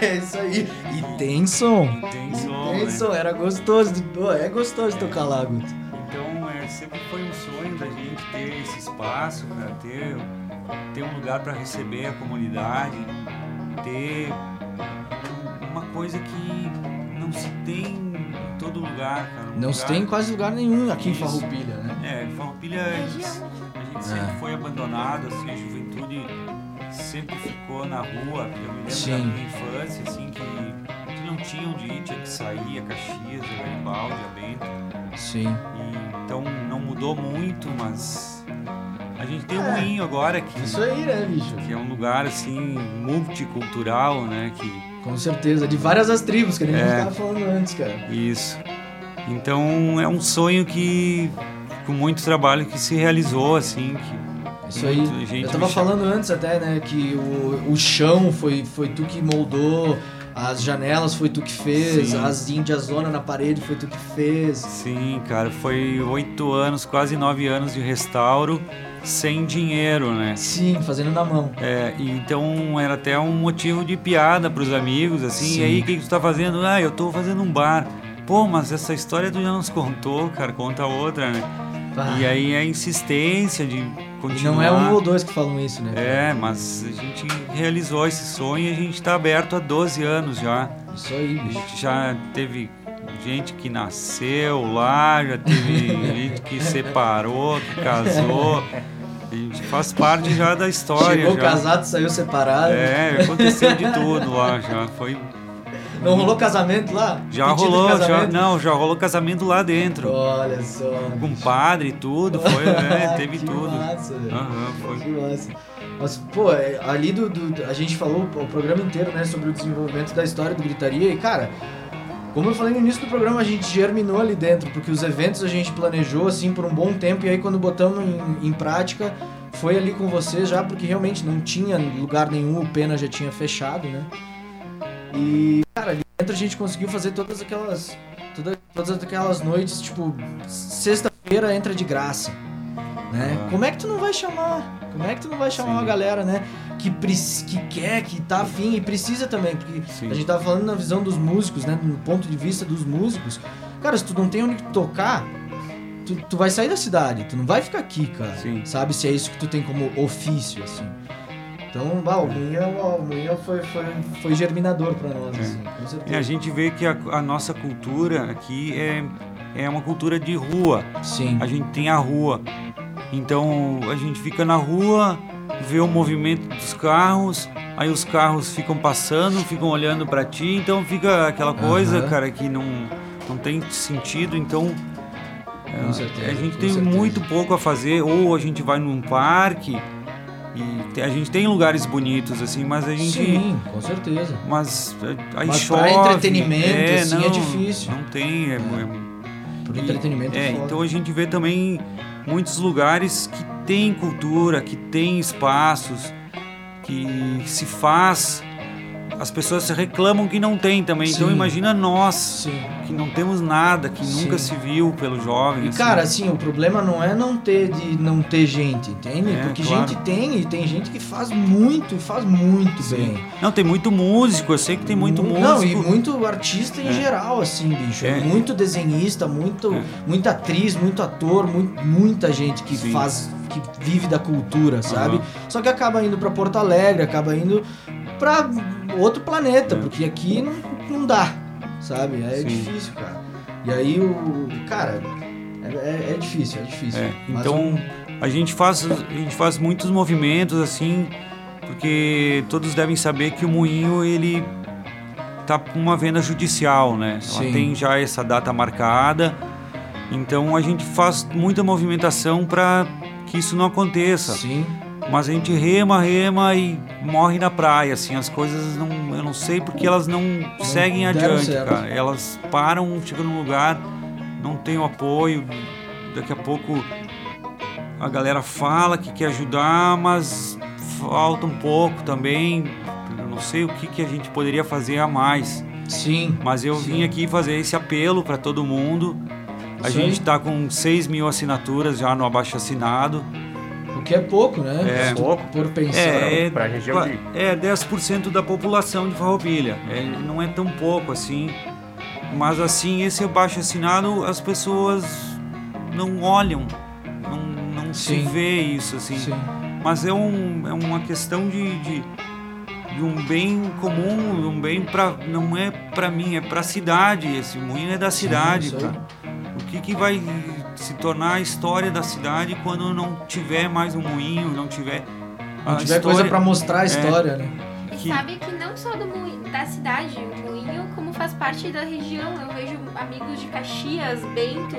S1: é isso aí. E tem som.
S6: E tem
S1: E
S6: som,
S1: tem
S6: né?
S1: som. Era gostoso. de- Pô, É gostoso de tocar lá, Guto.
S6: Então é sempre foi um sonho da gente ter esse espaço, cara, ter, ter um lugar para receber a comunidade, ter um- uma coisa que não se tem em todo lugar, cara. Um
S1: Não se
S6: lugar-
S1: tem em quase lugar nenhum aqui
S6: Isso.
S1: em Farroupilha, né?
S6: É, Farroupilha a gente, a gente sempre
S1: É.
S6: foi abandonado, assim, a juventude sempre ficou na rua. Eu me lembro da
S1: Sim.
S6: minha infância, assim, que que não tinha onde ir, tinha que sair, a Caxias, a Garibaldi, a Bento.
S1: Sim.
S6: E, então não mudou muito, mas a gente tem um moinho agora que,
S1: Isso aí, né, bicho?
S6: que é um lugar assim multicultural, né? Que
S1: Com certeza, de várias as tribos que a gente
S6: É.
S1: tava falando antes, cara.
S6: isso. Então é um sonho que com muito trabalho que se realizou assim, que
S1: Isso aí.
S6: Muito, gente,
S1: Eu tava
S6: me chama.
S1: falando antes até, né, que o, o chão foi, foi tu que moldou, as janelas foi tu que fez,
S6: Sim.
S1: as índias zona na parede foi tu que fez.
S6: sim, cara, foi oito anos, quase nove anos de restauro sem dinheiro, né?
S1: Sim, fazendo na mão.
S6: É, e então era até um motivo de piada pros amigos, assim,
S1: Sim.
S6: e aí o que, que tu tá fazendo? Ah, eu tô fazendo um bar. Pô, mas essa história tu já nos contou, cara, conta outra, né?
S1: Pá.
S6: E aí a insistência de
S1: E
S6: continuar.
S1: não é um ou dois que falam isso, né?
S6: É, mas a gente realizou esse sonho e a gente tá aberto há 12 anos já.
S1: Isso aí,
S6: A
S1: bicho.
S6: gente já teve gente que nasceu lá, já teve gente que separou, que casou. A gente faz parte já da história.
S1: Chegou
S6: já.
S1: casado, saiu separado.
S6: É, aconteceu de tudo lá já. Foi,
S1: Não rolou casamento lá?
S6: já
S1: Pedido de
S6: rolou, já,
S1: casamento?
S6: não, já rolou casamento lá dentro.
S1: Olha só.
S6: Com padre e tudo, foi, é, teve
S1: Que
S6: tudo.
S1: Massa, velho.
S6: Aham, foi.
S1: Que massa. Mas, pô, é, ali do, do- A gente falou o programa inteiro, né, sobre o desenvolvimento da história do Gritaria. E, cara, como eu falei no início do programa, a gente germinou ali dentro, porque os eventos a gente planejou, assim, por um bom tempo. E aí, quando botamos em, em prática, foi ali com você já, porque realmente não tinha lugar nenhum, o Pena já tinha fechado, né? E, cara, ali dentro a gente conseguiu fazer todas aquelas. toda- todas aquelas noites, tipo, sexta-feira entra de graça né?
S6: Ah.
S1: Como é que tu não vai chamar? Como é que tu não vai chamar
S6: Sim.
S1: uma galera, né? Que, preci- que quer, que tá afim e precisa também. Porque
S6: Sim.
S1: a gente tava falando na visão dos músicos, né? No ponto de vista dos músicos. Cara, se tu não tem onde tocar, tu, tu vai sair da cidade. Tu não vai ficar aqui, cara.
S6: Sim.
S1: Sabe? Se é isso que tu tem como ofício, assim. Então, bah, o Munha, o Munha foi, foi, foi germinador pra nós,
S6: É.
S1: assim. Com certeza.
S6: E a gente vê que a, a nossa cultura aqui é, é uma cultura de rua.
S1: Sim.
S6: A gente tem a rua. Então a gente fica na rua, vê o movimento dos carros, aí os carros ficam passando, ficam olhando pra ti, então fica aquela coisa,
S1: Aham.
S6: cara, que não, não tem sentido. Então
S1: Com certeza.
S6: Ah, a gente
S1: com
S6: tem
S1: certeza.
S6: muito pouco a fazer, ou a gente vai num parque e te- a gente tem lugares bonitos assim, mas a gente
S1: Sim, com certeza.
S6: mas é, aí
S1: Mas pra
S6: chove.
S1: entretenimento, assim, é difícil.
S6: Não tem, é, é
S1: Por
S6: e-
S1: entretenimento
S6: É,
S1: foda.
S6: então a gente vê também muitos lugares que tem cultura, que tem espaços, que se faz. As pessoas reclamam que não tem também. Então
S1: Sim.
S6: imagina nós
S1: Sim.
S6: que não temos nada, que
S1: Sim.
S6: nunca se viu pelo jovem.
S1: E
S6: assim.
S1: cara, assim, o problema não é não ter de não ter gente, entende?
S6: É,
S1: Porque
S6: claro.
S1: gente tem e tem gente que faz muito, e faz muito
S6: Sim.
S1: bem.
S6: assim. não tem muito músico. Eu sei que tem muito
S1: Mu-
S6: músico.
S1: Não, e muito artista em
S6: É.
S1: geral, assim, bicho.
S6: É.
S1: Muito desenhista, muito,
S6: É.
S1: muita atriz, muito ator, mu- muita gente que
S6: Sim.
S1: faz, que vive da cultura, sabe?
S6: Aham.
S1: Só que acaba indo pra Porto Alegre, acaba indo pra outro planeta,
S6: É.
S1: porque aqui não, não dá, sabe? É
S6: Sim.
S1: difícil, cara. E aí o. Cara, é, é- é difícil, é difícil.
S6: É,
S1: Mas
S6: então a gente faz a gente faz muitos movimentos assim, porque todos devem saber que o moinho ele tá com uma venda judicial, né?
S1: Sim.
S6: Ela tem já essa data marcada. Então a gente faz muita movimentação para que isso não aconteça.
S1: Sim.
S6: Mas a gente rema, rema e morre na praia, assim, as coisas não, eu não sei porque elas não, seguem
S1: deram
S6: adiante,
S1: certo.
S6: cara. Elas param, chegam num lugar, não tem o apoio, daqui a pouco a galera fala que quer ajudar, mas falta um pouco também. Eu não sei o que, que a gente poderia fazer a mais.
S1: Sim.
S6: Mas eu
S1: Sim.
S6: vim aqui fazer esse apelo para todo mundo. A
S1: Isso
S6: gente
S1: aí.
S6: tá com 6 mil assinaturas já no abaixo assinado.
S1: O que é pouco, né?
S6: É.
S4: Pouco.
S1: Por pensar.
S6: É, é,
S4: Pra região de-
S6: é 10% da população de Farroupilha. É, não é tão pouco assim. Mas assim, esse abaixo assinado as pessoas não olham.
S1: Sim.
S6: se vê isso, assim.
S1: Sim.
S6: Mas é, um, é uma questão de, de, de um bem comum, de um bem pra, não é para mim, é para a cidade. Esse moinho é da cidade,
S1: isso aí.
S6: cara. O que, que vai se tornar a história da cidade quando não tiver mais um moinho, não tiver.
S1: Não
S6: a
S1: tiver coisa
S6: história
S1: pra mostrar a
S6: é,
S1: história, né?
S6: que-
S5: Sabe que não só do moinho, da cidade, o moinho como faz parte da região. Eu vejo amigos de Caxias, Bento,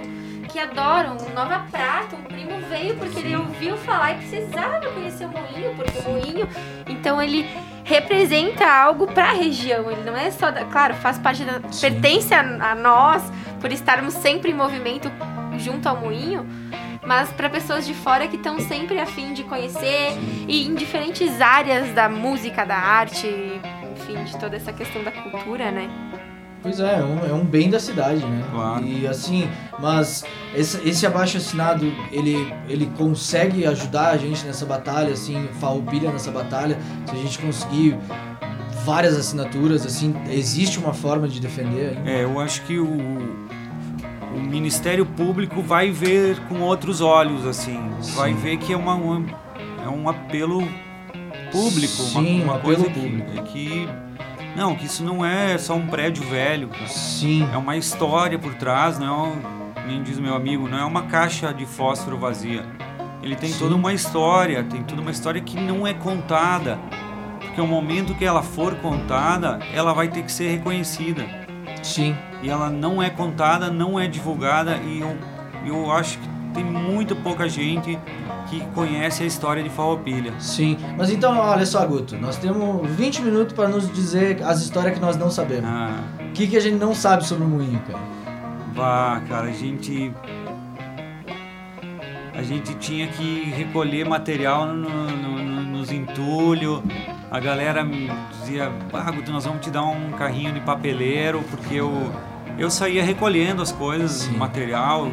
S5: que adoram. Nova Prata, um primo veio porque ele ouviu falar e precisava conhecer o moinho, porque o moinho, então ele representa algo pra região. Ele não é só, da, claro, faz parte da,
S1: Sim.
S5: pertence a, a nós por estarmos sempre em movimento junto ao moinho. Mas para pessoas de fora que estão sempre afim de conhecer, e em diferentes áreas da música, da arte, enfim, de toda essa questão da cultura, né?
S1: Pois é, é um, é um bem da cidade, né?
S6: Claro.
S1: E assim, mas esse, esse abaixo assinado, ele, ele consegue ajudar a gente nessa batalha, assim, farroupilha nessa batalha. Se a gente conseguir várias assinaturas, assim, existe uma forma de defender ainda.
S6: É, eu acho que o, o Ministério Público vai ver com outros olhos, assim.
S1: Sim.
S6: Vai ver que é, uma, uma- é um apelo público. uma-
S1: Sim,
S6: uma,
S1: um apelo
S6: coisa
S1: público.
S6: Que, que- Não, que isso não é só um prédio velho. cara.
S1: Sim,
S6: É uma história por trás, não é um, nem diz meu amigo, não é uma caixa de fósforo vazia. Ele tem
S1: Sim.
S6: toda uma história, tem toda uma história que não é contada. Porque o momento que ela for contada, ela vai ter que ser reconhecida
S1: sim.
S6: e ela não é contada, não é divulgada e eu, eu acho que tem muito pouca gente que conhece a história de Farroupilha.
S1: Sim, mas então olha só, Guto, nós temos 20 minutos para nos dizer as histórias que nós não sabemos.
S6: Ah,
S1: O que, que a gente não sabe sobre o moinho, cara?
S6: bah, cara, a gente a gente tinha que recolher material no, no- no- nos entulhos. A galera me dizia, ah, Guto, nós vamos te dar um carrinho de papeleiro, porque eu, eu saía recolhendo as coisas,
S1: Sim.
S6: material,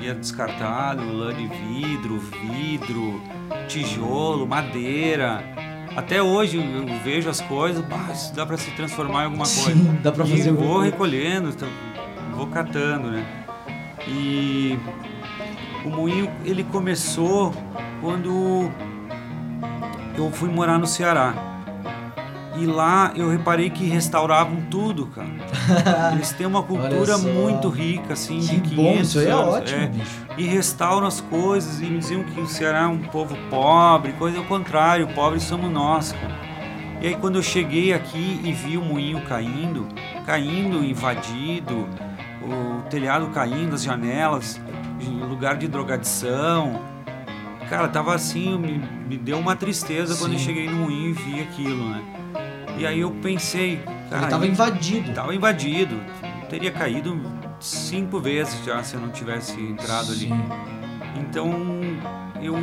S6: ia descartado, lã de vidro, vidro, tijolo, madeira. Até hoje eu vejo as coisas, bah, isso dá pra se transformar em alguma
S1: Sim,
S6: coisa.
S1: dá pra
S6: E
S1: fazer um alguma
S6: vou
S1: coisa.
S6: recolhendo, tô- vou catando, né? E o moinho ele começou quando eu fui morar no Ceará. E lá eu reparei que restauravam tudo, cara. Eles têm uma cultura
S1: só.
S6: muito rica, assim,
S1: Que
S6: de 500
S1: bom, isso aí é
S6: anos.
S1: ótimo, bicho.
S6: E restauram as coisas e me diziam que o Ceará é um povo pobre, coisa ao contrário, pobres somos nós, cara. E aí quando eu cheguei aqui e vi o moinho caindo, caindo, invadido, o telhado caindo, as janelas, lugar de drogadição. Cara, tava assim, me, me deu uma tristeza quando
S1: Sim.
S6: eu cheguei no moinho e vi aquilo, né? E aí eu pensei, cara,
S1: Ele tava invadido.
S6: tava invadido, teria caído cinco vezes já se eu não tivesse entrado ali.
S1: Sim.
S6: Então eu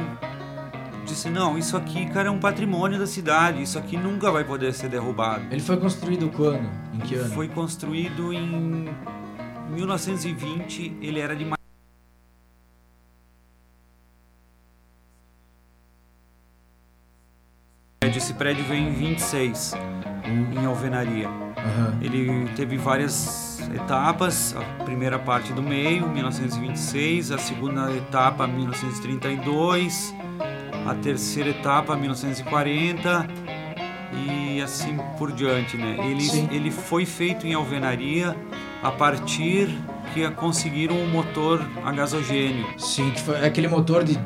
S6: disse: não, isso aqui, cara, é um patrimônio da cidade, isso aqui nunca vai poder ser derrubado.
S1: Ele foi construído quando? Em que ano?
S6: Foi construído em 1920, ele era de ma- Esse prédio veio em 26, em alvenaria.
S1: Aham.
S6: Ele teve várias etapas, a primeira parte do meio, 1926, a segunda etapa, 1932, a terceira etapa, 1940 e assim por diante, né?
S1: Sim.
S6: Ele, ele foi feito em alvenaria a partir que conseguiram um motor a gasogênio,
S1: Sim, que foi aquele motor de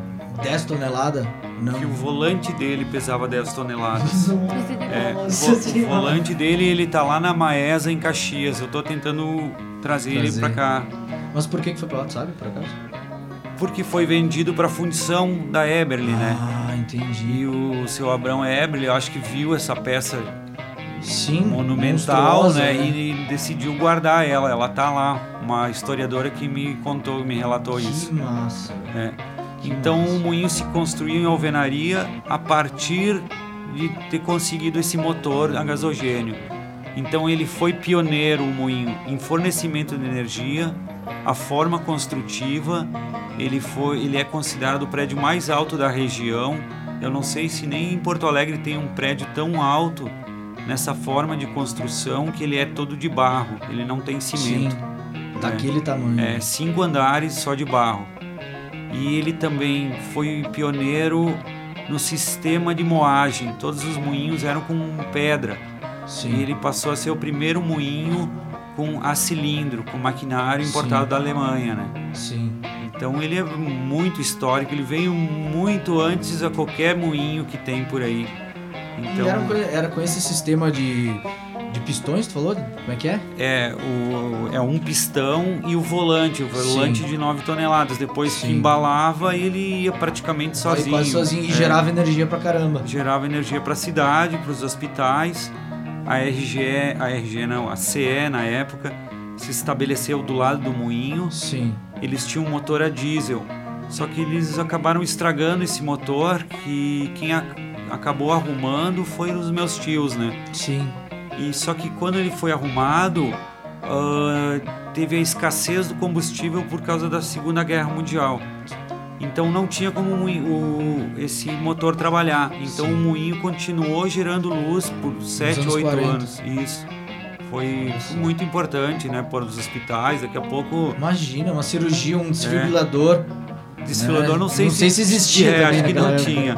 S1: 10 toneladas? Não.
S6: que o volante dele pesava 10 toneladas. É, o
S1: Nossa
S6: vo- o
S1: Senhora.
S6: volante dele, ele tá lá na Maesa, em Caxias. Eu tô tentando trazer, ele
S1: Trazer.
S6: pra cá.
S1: Mas por que que foi pra lá, tu sabe, por acaso?
S6: Porque foi vendido pra fundição da Eberly, né?
S1: Ah, entendi.
S6: E o seu Abrão Eberly, eu acho que viu essa peça
S1: Sim,
S6: monumental,
S1: Hum, monstruosa,
S6: né? E decidiu guardar ela. Ela tá lá. Uma historiadora que me contou, me relatou isso.
S1: Que massa.
S6: É.
S1: Que
S6: Então
S1: massa.
S6: o moinho se construiu em alvenaria a partir de ter conseguido esse motor a gasogênio. Então ele foi pioneiro, o moinho, em fornecimento de energia, a forma construtiva. Ele, foi, ele é considerado o prédio mais alto da região. Eu não sei se nem em Porto Alegre tem um prédio tão alto nessa forma de construção que ele é todo de barro, ele não tem
S1: Sim,
S6: cimento. né?
S1: daquele tamanho.
S6: É, cinco andares só de barro. E ele também foi pioneiro no sistema de moagem. Todos os moinhos eram com pedra. E ele passou a ser o primeiro moinho com a cilindro, com maquinário importado
S1: Sim.
S6: da Alemanha, né?
S1: Sim.
S6: Então ele é muito histórico, ele veio muito antes a qualquer moinho que tem por aí.
S1: E era,
S6: Então
S1: com- era com esse sistema de, de pistões, tu falou? Como é que é?
S6: é, o, é um pistão e o volante, o volante
S1: Sim.
S6: de 9 toneladas. Depois que
S1: Sim.
S6: embalava, ele ia praticamente sozinho.
S1: Aí quase sozinho e
S6: É,
S1: gerava energia pra caramba.
S6: gerava energia para a cidade, para os hospitais. A RG, a RG não, a CE na época se estabeleceu do lado do moinho.
S1: Sim.
S6: eles tinham um motor a diesel. Só que eles acabaram estragando esse motor que quem a- acabou arrumando foi os meus tios, né?
S1: Sim.
S6: E só que quando ele foi arrumado, ah, teve a escassez do combustível por causa da Segunda Guerra Mundial. Então não tinha como o moinho- o- esse motor trabalhar. Então
S1: Sim.
S6: o moinho continuou gerando luz por 7,
S1: anos
S6: 8
S1: 40.
S6: anos. Isso. Foi muito importante, né? Para os hospitais. Daqui a pouco
S1: Imagina, uma cirurgia,
S6: É.
S1: um desfibrilador.
S6: Desfilador,
S1: Né?
S6: não sei
S1: Não sei se existia
S6: É,
S1: também
S6: acho que não
S1: naquela
S6: tinha.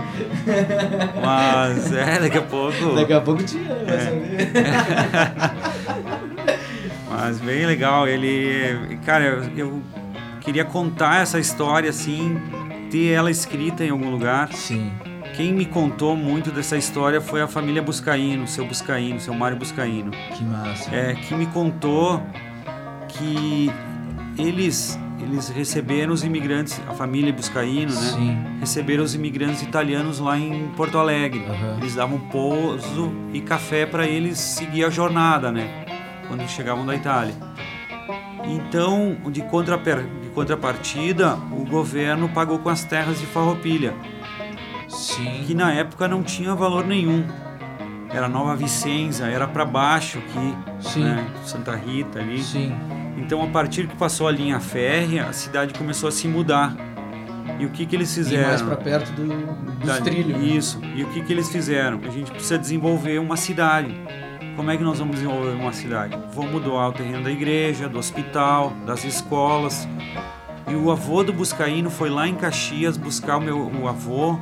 S6: Mas é, daqui a pouco.
S1: Daqui a pouco tinha, né? vai
S6: É.
S1: saber.
S6: Mas bem legal. Ele. Cara, eu, eu queria contar essa história assim, ter ela escrita em algum lugar.
S1: Sim.
S6: Quem me contou muito dessa história foi a família Buscaíno, seu Buscaíno, seu Mário Buscaíno.
S1: Que massa.
S6: é, que me contou que eles eles receberam os imigrantes, a família Buscaíno, né?
S1: Sim.
S6: Receberam os imigrantes italianos lá em Porto Alegre.
S1: Aham.
S6: Eles davam pouso e café para eles seguir a jornada, né? Quando chegavam da Itália. Então, de, contraper, de contrapartida, o governo pagou com as terras de Farroupilha,
S1: Sim.
S6: que na época não tinha valor nenhum. Era Nova Vicenza, era para baixo que
S1: Sim.
S6: né, Santa Rita ali.
S1: Sim.
S6: Então, a partir que passou a linha férrea, a cidade começou a se mudar. E o que que eles
S1: E mais
S6: fizeram?
S1: pra perto do, dos
S6: Da-
S1: trilhos. né?
S6: Isso. E o que que eles fizeram? A gente precisa desenvolver uma cidade. Como é que nós vamos desenvolver uma cidade? Vamos doar o terreno da igreja, do hospital, das escolas. E o avô do Buscaíno foi lá em Caxias buscar o meu o avô,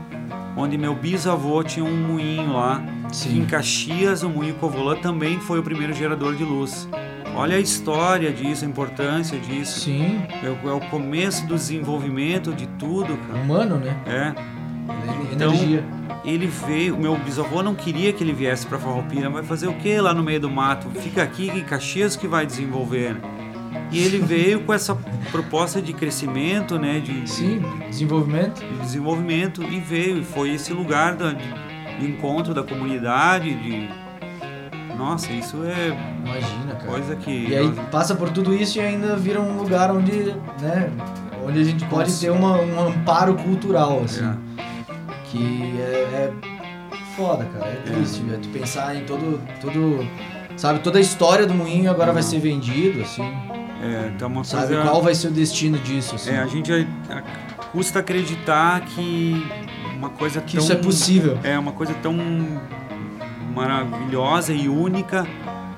S6: onde meu bisavô tinha um moinho lá. E Em
S1: Sim.
S6: Caxias, o moinho Covolã também foi o primeiro gerador de luz. Olha a história disso, a importância disso.
S1: Sim.
S6: É o, é o começo do desenvolvimento de tudo, cara.
S1: Humano, né?
S6: É.
S1: Ener-
S6: Então-
S1: Energia.
S6: Ele veio, meu bisavô não queria que ele viesse para Farroupilha, vai fazer o que lá no meio do mato? Fica aqui em Caxias que vai desenvolver. né? E ele veio com essa proposta de crescimento, né, de, de-
S1: Sim. Desenvolvimento.
S6: de desenvolvimento e veio, e foi esse lugar da- de, de encontro da comunidade, de Nossa, isso é
S1: Imagina, cara.
S6: coisa que
S1: E aí passa por tudo isso e ainda vira um lugar onde, né, onde a gente pode ter uma- um amparo cultural, assim. Que é, é foda, cara. É triste, velho. Tu pensar em todo, todo, sabe, toda a história do moinho agora vai ser vendido, assim.
S6: Uhum. é, tá uma
S1: Sabe
S6: coisa
S1: qual vai ser o destino disso, assim.
S6: É, a gente a- custa acreditar que uma coisa
S1: que
S6: tão
S1: isso é possível.
S6: é uma coisa tão maravilhosa e única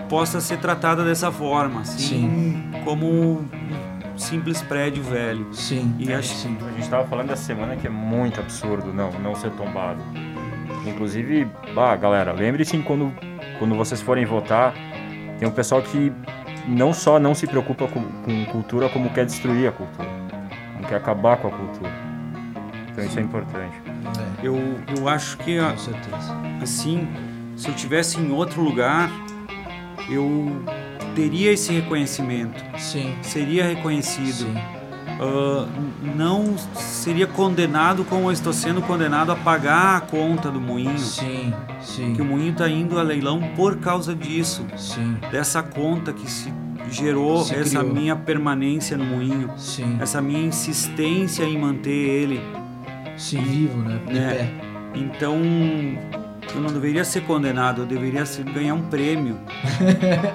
S6: possa ser tratada dessa forma, assim, como um simples prédio velho.
S1: Sim.
S6: E acho
S1: É, sim.
S4: A gente tava falando essa semana que é muito absurdo não, não ser tombado. Inclusive, bah, galera, lembre-se quando, quando vocês forem votar, tem um pessoal que não só não se preocupa com, com cultura, como quer destruir a cultura. Como quer acabar com a cultura. Então isso é importante.
S1: É,
S6: eu, eu acho que a-
S1: com certeza.
S6: assim, se eu tivesse em outro lugar, eu teria esse reconhecimento,
S1: Sim.
S6: seria reconhecido.
S1: Sim.
S6: Ah, n- não seria condenado como eu estou sendo condenado a pagar a conta do moinho,
S1: Sim. Sim.
S6: que o moinho está indo a leilão por causa disso.
S1: Sim.
S6: dessa conta que se gerou
S1: Se
S6: essa
S1: criou.
S6: minha permanência no moinho,
S1: Sim.
S6: essa minha insistência em manter ele.
S1: Sim, vivo, né? De
S6: É.
S1: pé.
S6: Então, eu não deveria ser condenado, eu deveria ser- ganhar um prêmio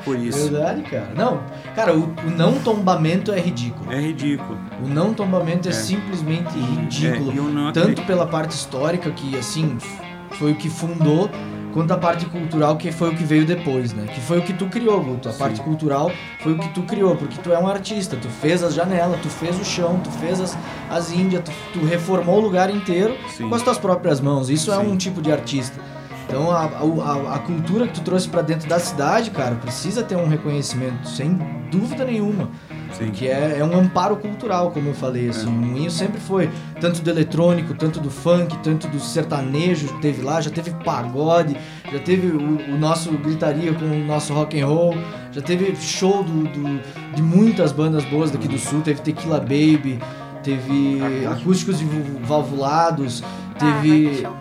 S6: por isso.
S1: Verdade, cara. Não, cara, o, o não tombamento é ridículo.
S6: É ridículo.
S1: O não tombamento é,
S6: É.
S1: simplesmente
S6: É,
S1: ridículo.
S6: eu não
S1: Tanto
S6: acredito.
S1: pela parte histórica que, assim, f- foi o que fundou quanto a parte cultural, que foi o que veio depois, né? Que foi o que tu criou, Guto. A parte cultural foi o que tu criou, porque tu é um artista. Tu fez as janelas, tu fez o chão, tu fez as, as índias, tu, tu reformou o lugar inteiro
S4: Sim.
S1: com as tuas próprias mãos. Isso é
S4: Sim.
S1: um tipo de artista. Então a, a, a- a cultura que tu trouxe pra dentro da cidade, cara, precisa ter um reconhecimento, sem dúvida nenhuma.
S6: Sim.
S1: Que é, é um amparo cultural, como eu falei, assim. O Moinho sempre foi, tanto do eletrônico, tanto do funk, tanto do sertanejo que teve lá, já teve pagode, já teve o, o nosso gritaria com o nosso rock and roll, já teve show do, do- de muitas bandas boas daqui do sul, teve Tequila Baby, teve acústicos e Vu- valvulados,
S5: Ah,
S1: teve...
S5: show.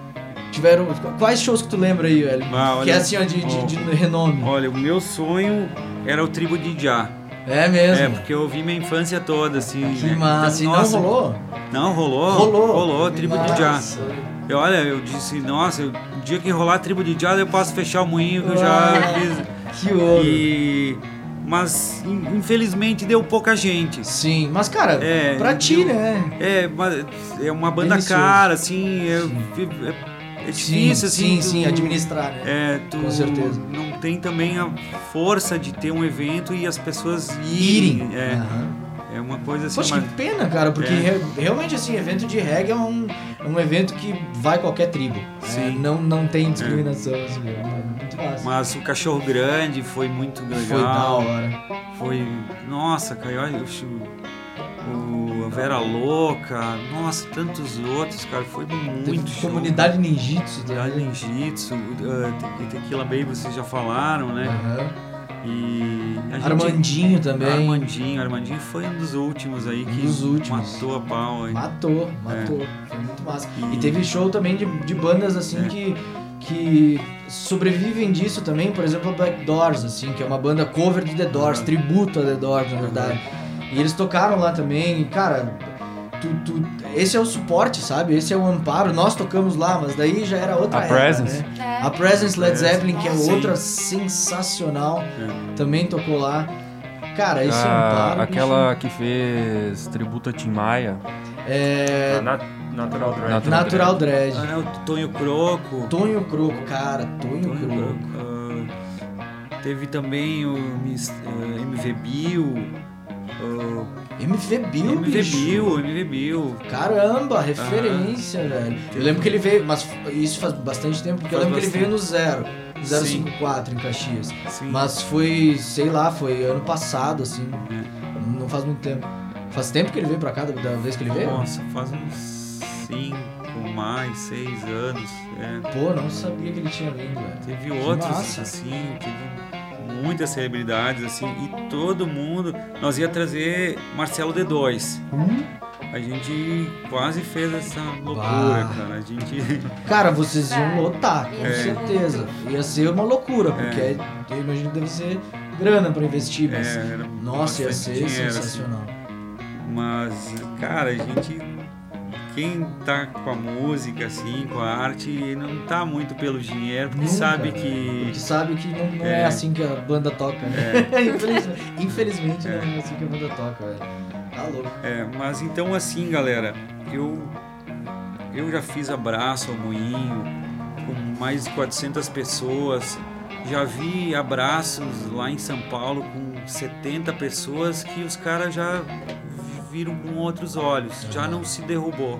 S1: tiveram... Quais shows que tu lembra aí, Hélio?
S6: Ah, olha,
S1: que é assim, ó, de, de,
S6: bom.
S1: de renome.
S6: Olha, o meu sonho era o tribo de Jah.
S1: É
S6: É,
S1: mesmo.
S6: porque eu vi minha infância toda, assim. né?
S1: que massa.
S6: Então,
S1: e
S6: nossa,
S1: não rolou?
S6: Não, rolou.
S1: Rolou.
S6: Ah, Rolou, tribo de Jah.
S1: Nossa.
S6: Eu, olha, eu disse, nossa, o dia que rolar a tribo de Jah, eu posso fechar o moinho que eu já fiz.
S1: Que ouro.
S6: E... Mas, in- infelizmente, deu pouca gente.
S1: Sim, mas cara,
S6: É,
S1: pra ti,
S6: eu-
S1: né?
S6: É, mas é uma banda
S1: Delicioso.
S6: cara, assim, é, é- é difícil,
S1: sim, sim,
S6: assim.
S1: sim,
S6: tu-
S1: administrar, né?
S6: É, tu
S1: Com certeza.
S6: não tem também a força de ter um evento e as pessoas irem.
S1: Irem.
S6: É,
S1: Aham.
S6: é uma coisa assim,
S1: Poxa,
S6: mas
S1: que pena, cara, porque
S6: É.
S1: re- realmente, assim, evento de reggae é um, é um evento que vai qualquer tribo. É,
S6: Sim.
S1: não, não tem discriminação, assim, é muito massa.
S6: Mas o cachorro grande foi muito legal.
S1: Foi da hora.
S6: Foi- Nossa, cara, olha, o- o a Vera Louca, nossa, tantos outros, cara. Foi muito
S1: Teve
S6: show.
S1: comunidade ninjitsu
S6: Comunidade
S1: também.
S6: Ninjitsu, uh, Te- Tequila Baby, vocês já falaram, né?
S1: Aham.
S6: E. a gente-
S1: É. Armandinho também.
S6: Armandinho, Armandinho foi um dos últimos aí
S1: Um
S6: que
S1: dos últimos.
S6: matou a pau aí.
S1: Matou, matou. Foi muito massa. E
S6: E-
S1: teve show também de, de bandas assim
S6: É.
S1: que, que sobrevivem disso também, por exemplo, a Black Doors, assim, que é uma banda cover de The Doors,
S6: Uhum.
S1: tributo a The Doors, na verdade. E eles tocaram lá também, e cara. tu- tu- esse é o suporte, sabe? Esse é o amparo. Nós tocamos lá, mas daí já era outra
S3: A
S1: era,
S3: Presence.
S1: né?
S5: É.
S1: A Presence Led
S6: Presence.
S1: Zeppelin, que é
S6: Sim.
S1: outra sensacional,
S6: É.
S1: também tocou lá. Cara, esse é um
S3: Ah,
S1: amparo. bicho,
S3: aquela que fez tributo a Tim Maia.
S1: É.
S4: Na- natural Drive.
S3: Natural
S1: Natural Dread.
S6: Ah, né, o Tonho Croco.
S1: Tonho Croco, cara, Tonho
S6: Tonho
S1: Croco.
S6: Croco. Ah, teve também o Miss- ah, MV Bill. ah,
S1: MV Bill,
S6: MV
S1: bicho.
S6: Bill, Ah. MV Bill.
S1: Caramba, referência, velho. Eu lembro que ele veio, mas isso faz bastante tempo, porque eu
S6: Faz
S1: lembro que ele veio no Zero,
S6: Sim.
S1: 054 em Caxias.
S6: Sim.
S1: Mas foi, sei lá, foi ano passado, assim.
S6: É.
S1: Não faz muito tempo. Faz tempo que ele veio pra cá, da, da vez que ele veio?
S6: Nossa, faz uns 5 mais, 6 anos. é.
S1: Pô, não sabia que ele tinha vindo, velho.
S6: Teve outros,
S1: massa.
S6: assim, teve muitas celebridades, assim, e todo mundo. Nós ia trazer Marcelo D2. A gente quase fez essa loucura,
S1: Hum? Bah.
S6: cara. A gente.
S1: Cara, vocês iam
S5: Vai.
S1: lotar, com
S5: É.
S1: certeza. Ia ser uma
S6: É.
S1: loucura, porque eu imagino que deve ser grana pra investir, mas...
S6: é, era
S1: Nossa, ia
S6: bastante
S1: ser
S6: dinheiro, assim.
S1: sensacional.
S6: Mas, cara, a gente. Quem tá com a música, assim, com a arte, não tá muito pelo dinheiro, porque
S1: Nunca,
S6: sabe
S1: né?
S6: que.
S1: Porque sabe que não, não é.
S6: É.
S1: assim que a banda toca, né? infelizmente infelizmente não é assim que a banda toca, velho. Tá louco.
S6: É, mas então assim, galera, eu eu já fiz abraço ao moinho com mais de 400 pessoas. Já vi abraços lá em São Paulo com 70 pessoas que os caras já viram com outros olhos, já não se derrubou.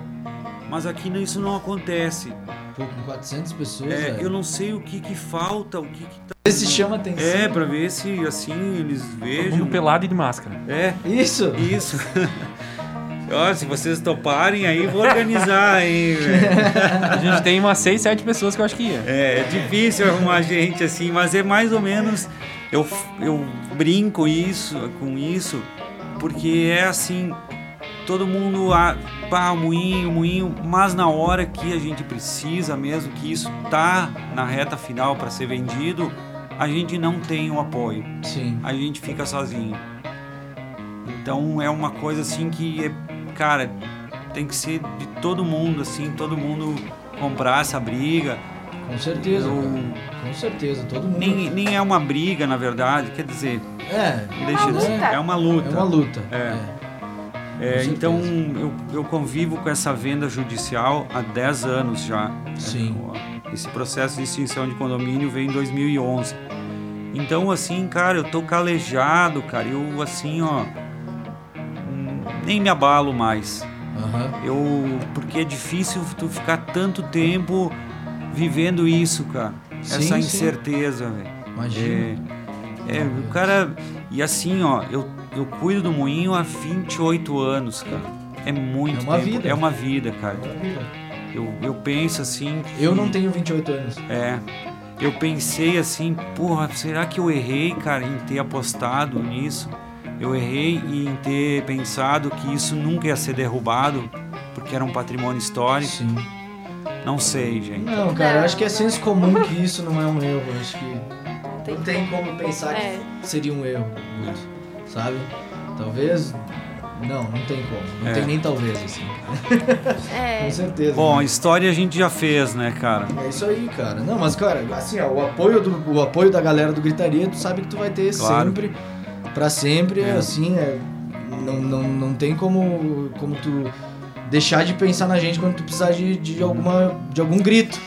S6: Mas aqui não- isso não acontece.
S1: Pô, com 400 pessoas,
S6: É,
S1: velho.
S6: eu não sei o que que falta, o que que tá...
S1: Esse chama atenção.
S6: É, pra ver se assim eles
S3: Todo
S6: vejam.
S3: mundo pelado e de máscara.
S6: É,
S1: Isso!
S6: isso. Ó, se vocês toparem aí, vou organizar aí, velho.
S3: A gente tem umas 6, 7 pessoas que eu acho que ia.
S6: É, é difícil arrumar gente assim, mas é mais ou menos. Eu, eu brinco isso, com isso, porque é assim. Todo mundo, ah, pá, moinho, moinho, mas na hora que a gente precisa mesmo, que isso tá na reta final para ser vendido, a gente não tem o apoio
S1: Sim.
S6: a gente fica sozinho. Então é uma coisa assim que é, cara, tem que ser de todo mundo assim, todo mundo comprar essa briga.
S1: Com certeza,
S6: Eu-
S1: cara. Com certeza, todo mundo.
S6: Nem, nem é uma briga, na verdade, quer dizer,
S1: É,
S6: deixa eu dizer,
S5: luta.
S6: é uma luta.
S1: é uma luta.
S6: É.
S1: é.
S6: É,
S1: com
S6: então
S1: certeza.
S6: eu, eu convivo com essa venda judicial há 10 anos já.
S1: Sim.
S6: É, Esse processo de extinção de condomínio veio em 2011. Então, assim, cara, eu tô calejado, cara. Eu, assim, ó. hum, Nem me abalo mais.
S1: Aham.
S6: Eu, porque é difícil tu ficar tanto tempo vivendo isso, cara.
S1: Sim,
S6: Essa
S1: sim.
S6: incerteza, velho.
S1: Imagina.
S6: É, é, o cara. E assim, ó, eu, eu cuido do moinho há 28 anos, cara. É muito
S1: É uma
S6: tempo.
S1: vida.
S6: É uma vida, cara. Eu, eu penso assim. que-
S1: Eu não tenho 28 anos.
S6: É. Eu pensei assim, porra, será que eu errei, cara, em ter apostado nisso? Eu errei em ter pensado que isso nunca ia ser derrubado, porque era um patrimônio histórico.
S1: Sim.
S6: Não sei, gente.
S1: Não, cara, eu acho que é senso comum que isso não é um erro. eu Acho que não tem como pensar
S5: É.
S1: que seria um erro.
S6: É.
S1: Sabe? Talvez. Não, não tem como. Não
S6: É.
S1: tem nem talvez, assim.
S5: É.
S1: Com certeza.
S6: Bom, a
S1: né?
S6: história a gente já fez, né, cara?
S1: É isso aí, cara. Não, mas, cara, assim, ó, o apoio, do, o apoio da galera do Gritaria, tu sabe que tu vai ter
S6: Claro.
S1: sempre, pra sempre,
S6: É.
S1: assim, é, não, não, não tem como, como tu deixar de pensar na gente quando tu precisar de, de, alguma, de algum grito.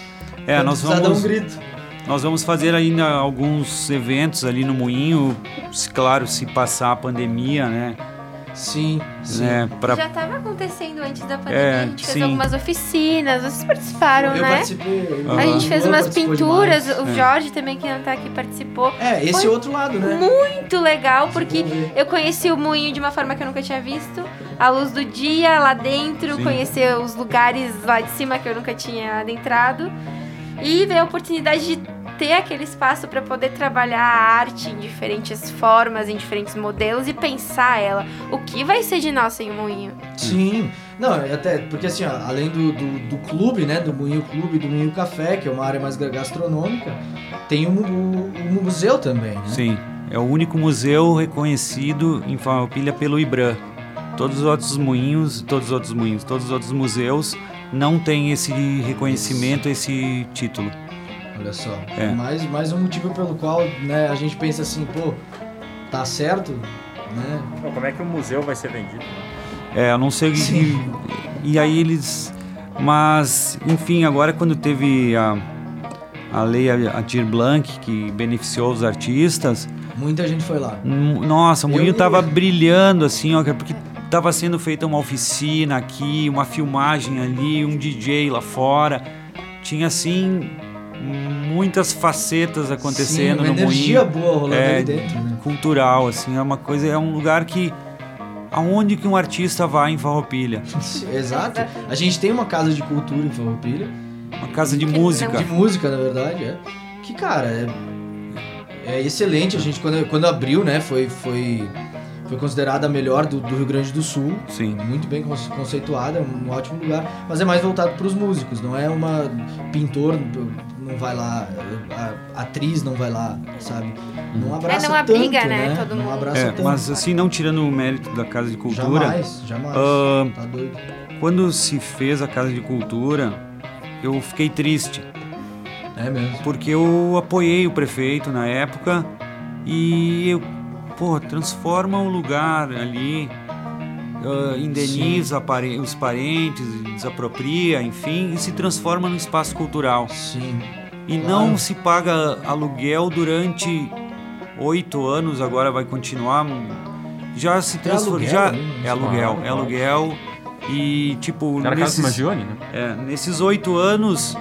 S6: É,
S1: Quando
S6: nós
S1: tu precisar
S6: vamos.
S1: dar um grito.
S6: Nós vamos fazer ainda alguns eventos ali no Moinho, se- claro, se passar a pandemia, né?
S1: Sim, sim.
S6: né pra-
S5: Já tava acontecendo antes da pandemia,
S6: É,
S5: a gente fez
S6: sim.
S5: algumas oficinas, vocês participaram,
S6: É.
S1: eu
S5: né?
S1: participei. eu-
S6: Aham.
S5: A gente fez
S1: eu
S5: umas
S1: participou
S5: pinturas,
S1: demais.
S5: o Jorge também, que não tá aqui, participou.
S1: É, esse
S5: Foi
S1: outro lado, né?
S5: Muito legal, porque
S1: Vamos ver.
S5: eu conheci o moinho de uma forma que eu nunca tinha visto. A luz do dia lá dentro,
S6: Sim.
S5: conhecer os lugares lá de cima que eu nunca tinha adentrado. E ver a oportunidade de ter aquele espaço para poder trabalhar a arte em diferentes formas, em diferentes modelos e pensar ela. O que vai ser de nós sem o moinho?
S1: Sim. Não, é até porque assim, ó, além do, do, do clube, né, do Moinho Clube, do Moinho Café, que é uma área mais ga- gastronômica, tem o, mu- o, o museu também, né?
S6: Sim, é o único museu reconhecido em Farroupilha pelo IBRAM. Todos os outros moinhos, todos os outros moinhos, todos os outros museus não têm esse reconhecimento, esse título.
S1: Olha só.
S6: É.
S1: Mais, mais um motivo pelo qual né, a gente pensa assim, pô, tá certo, né?
S4: Pô, como é que o museu vai ser vendido? né?
S6: É, eu não sei. o que-
S1: Sim.
S6: E aí eles. Mas, enfim, agora quando teve a, a lei Adir Blanc, que beneficiou os artistas,
S1: Muita gente foi lá.
S6: Hum, Nossa, o
S1: Eu
S6: moinho
S1: não
S6: tava
S1: ia.
S6: brilhando assim, ó, cara, porque tava sendo feita uma oficina aqui, uma filmagem ali, um DJ lá fora. Tinha assim muitas facetas acontecendo
S1: Sim, uma
S6: no
S1: energia
S6: moinho
S1: boa rolando
S6: É,
S1: ali dentro, né?
S6: cultural, assim, é uma coisa, é um lugar que aonde que um artista vai em Farroupilha?
S1: Exato. A gente tem uma casa de cultura em Farroupilha,
S6: Uma casa de
S5: Que não-
S6: música.
S1: De música, na verdade, é. Que, cara, é, é excelente. A gente, quando, quando abriu, né, foi, foi, foi considerada a melhor do, do Rio Grande do Sul.
S6: Sim.
S1: Muito bem conce- conceituada, um ótimo lugar. Mas é mais voltado para os músicos, não é uma... Pintor não vai lá, a- a atriz não vai lá, sabe? Não abraça
S5: É, não
S1: tanto,
S5: abriga, né, todo
S1: Não
S5: mundo.
S1: abraça
S6: Uhum. É,
S1: tanto.
S6: mas assim, não tirando o mérito da Casa de Cultura,
S1: Jamais, jamais.
S6: Ah,
S1: Tá doido.
S6: quando se fez a Casa de Cultura, eu fiquei triste.
S1: É mesmo.
S6: porque eu apoiei o prefeito na época e eu, pô, transforma o lugar ali, ah, indeniza pare- os parentes, desapropria, enfim, e se transforma num espaço cultural.
S1: Sim.
S6: E
S1: Claro.
S6: não se paga aluguel durante oito anos, agora vai continuar. Já se transforma.
S1: aluguel,
S6: já
S1: né?
S6: é aluguel, é
S3: Claro.
S6: aluguel. E tipo,
S3: Era a casa
S6: nesses-
S3: do Magione, né?
S6: é, nesses oito anos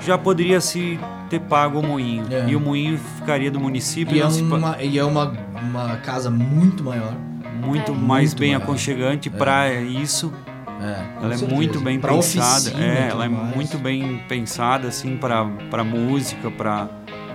S6: já poderia se ter pago o moinho.
S1: É.
S6: E o moinho ficaria do município
S1: E é,
S6: não se pa-
S1: uma, e é uma, uma casa muito maior. É.
S6: muito mais
S1: Muito
S6: bem
S1: maior.
S6: aconchegante pra para isso.
S1: É,
S6: Ela é muito bem
S1: pra
S6: pensada.
S1: Oficina, e
S6: é,
S1: tudo
S6: ela é
S1: mais.
S6: muito bem pensada assim para para música, para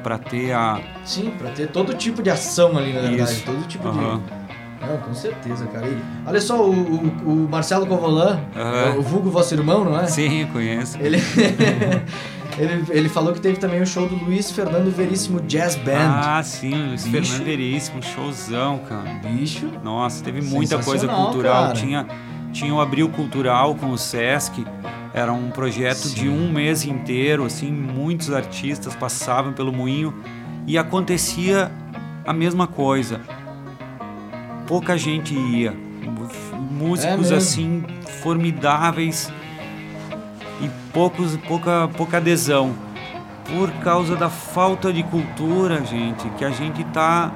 S6: para ter a
S1: Sim, pra ter todo tipo de ação ali, na verdade.
S6: Isso.
S1: Todo tipo
S6: Aham.
S1: de. Não, com certeza, cara. E olha só, o, o, o Marcelo Covolan,
S6: Aham.
S1: o vulgo vosso irmão, não é?
S6: Sim, eu conheço.
S1: Ele... ele, ele falou que teve também o show do Luiz Fernando Veríssimo Jazz Band.
S6: Ah, sim, Luiz
S1: Bicho.
S6: Fernando Veríssimo, um showzão, cara.
S1: Bicho.
S6: Nossa, teve muita coisa
S1: Sensacional,
S6: cultural.
S1: cara.
S6: Tinha, tinha o Abril Cultural com o Sesc. Era um projeto
S1: Sim.
S6: de um mês inteiro, assim, muitos artistas passavam pelo moinho e acontecia a mesma coisa. Pouca gente ia. Músicos
S1: mesmo.
S6: assim formidáveis e poucos, pouca, pouca adesão. por causa da falta de cultura, gente, que a gente tá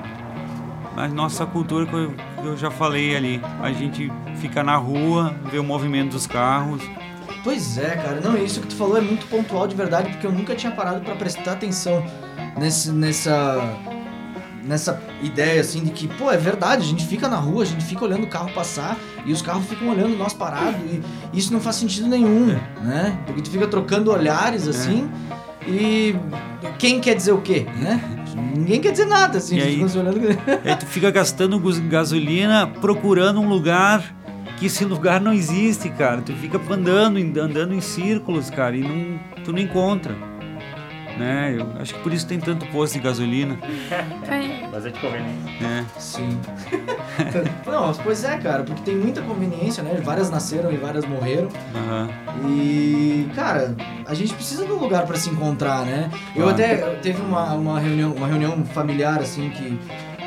S6: na nossa cultura que eu, que eu já falei ali. A gente fica na rua, vê o movimento dos carros.
S1: Pois é, cara. Não, isso que tu falou é muito pontual de verdade, porque eu nunca tinha parado pra prestar atenção nesse, nessa nessa ideia assim de que, pô, é verdade, a gente fica na rua, a gente fica olhando o carro passar e os carros ficam olhando nós parado e isso não faz sentido nenhum,
S6: É.
S1: né? Porque tu fica trocando olhares assim e quem quer dizer o quê, né? Ninguém quer dizer nada assim,
S6: E
S1: a gente
S6: aí?
S1: fica se olhando.
S6: Aí É, tu fica gastando gus- gasolina procurando um lugar que esse lugar não existe, cara. Tu fica andando, em- andando em círculos, cara, e não, tu não encontra. Né? Eu acho que por isso tem tanto posto de gasolina,
S4: Bastante conveniência.
S6: né?
S1: Sim. não, mas pois é, cara, porque tem muita conveniência, né? Várias nasceram e várias morreram.
S6: Aham.
S1: E, cara, a gente precisa de um lugar pra se encontrar, né? Eu
S6: Claro.
S1: até eu teve uma, uma, reunião, uma reunião familiar, assim, que,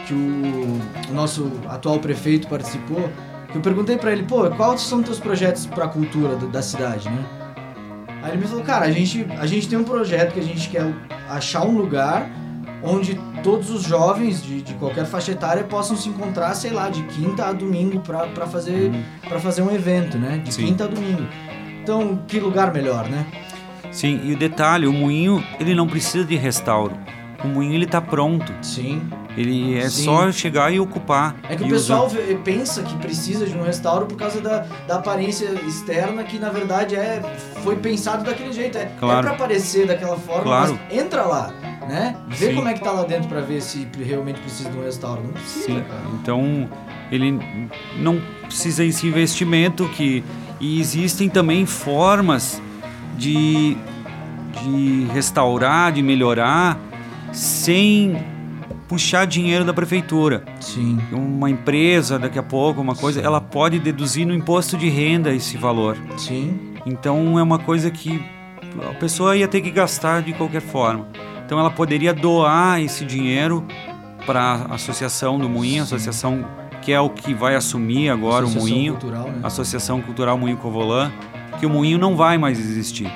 S1: que o, o nosso atual prefeito participou. Que eu perguntei pra ele, pô, quais são teus projetos pra cultura do- da cidade, né? Aí ele me falou, cara, a gente, a gente tem um projeto que a gente quer achar um lugar onde todos os jovens de, de qualquer faixa etária possam se encontrar, sei lá, de quinta a domingo pra, pra, fazer, pra fazer um evento, né? De
S6: Sim.
S1: quinta a domingo. Então, que lugar melhor, né?
S6: Sim, e o detalhe, o moinho, ele não precisa de restauro. O moinho ele tá pronto.
S1: Sim.
S6: Ele é
S1: Sim.
S6: só chegar e ocupar.
S1: É que
S6: e
S1: o pessoal vê- pensa que precisa de um restauro por causa da, da aparência externa, que na verdade é foi pensado daquele jeito. É,
S6: Claro.
S1: é pra aparecer daquela forma,
S6: Claro.
S1: mas entra lá, né? Vê
S6: Sim.
S1: como é que tá lá dentro pra ver se realmente precisa de um restauro. Não precisa,
S6: Sim.
S1: cara.
S6: Então, ele não precisa esse investimento que e existem também formas de de restaurar, de melhorar sem puxar dinheiro da prefeitura.
S1: Sim.
S6: Uma empresa daqui a pouco, uma coisa, ela pode deduzir no imposto de renda esse valor.
S1: Sim.
S6: Então é uma coisa que a pessoa ia ter que gastar de qualquer forma. Então ela poderia doar esse dinheiro para a associação do Moinho, a associação que é o que vai assumir agora
S1: Associação
S6: o um Moinho,
S1: Cultural, né?
S6: a Associação Cultural Moinho Covolã, que o Moinho não vai mais existir.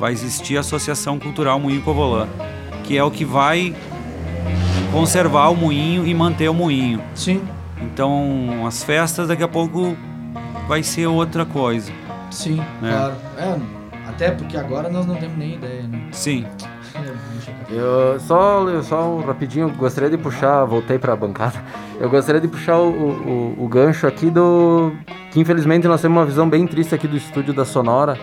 S6: Vai existir a Associação Cultural Moinho Covolã, que é o que vai conservar o Moinho e manter o Moinho.
S1: Sim.
S6: Então as festas daqui a pouco vai ser outra coisa.
S1: Sim,
S6: Né?
S1: claro. É, até porque agora nós não temos nem ideia, né?
S6: Sim.
S2: Eu só, eu só um rapidinho, gostaria de puxar, voltei pra bancada. Eu gostaria de puxar o, o, o gancho aqui do. Que infelizmente nós temos uma visão bem triste aqui do estúdio da Sonora,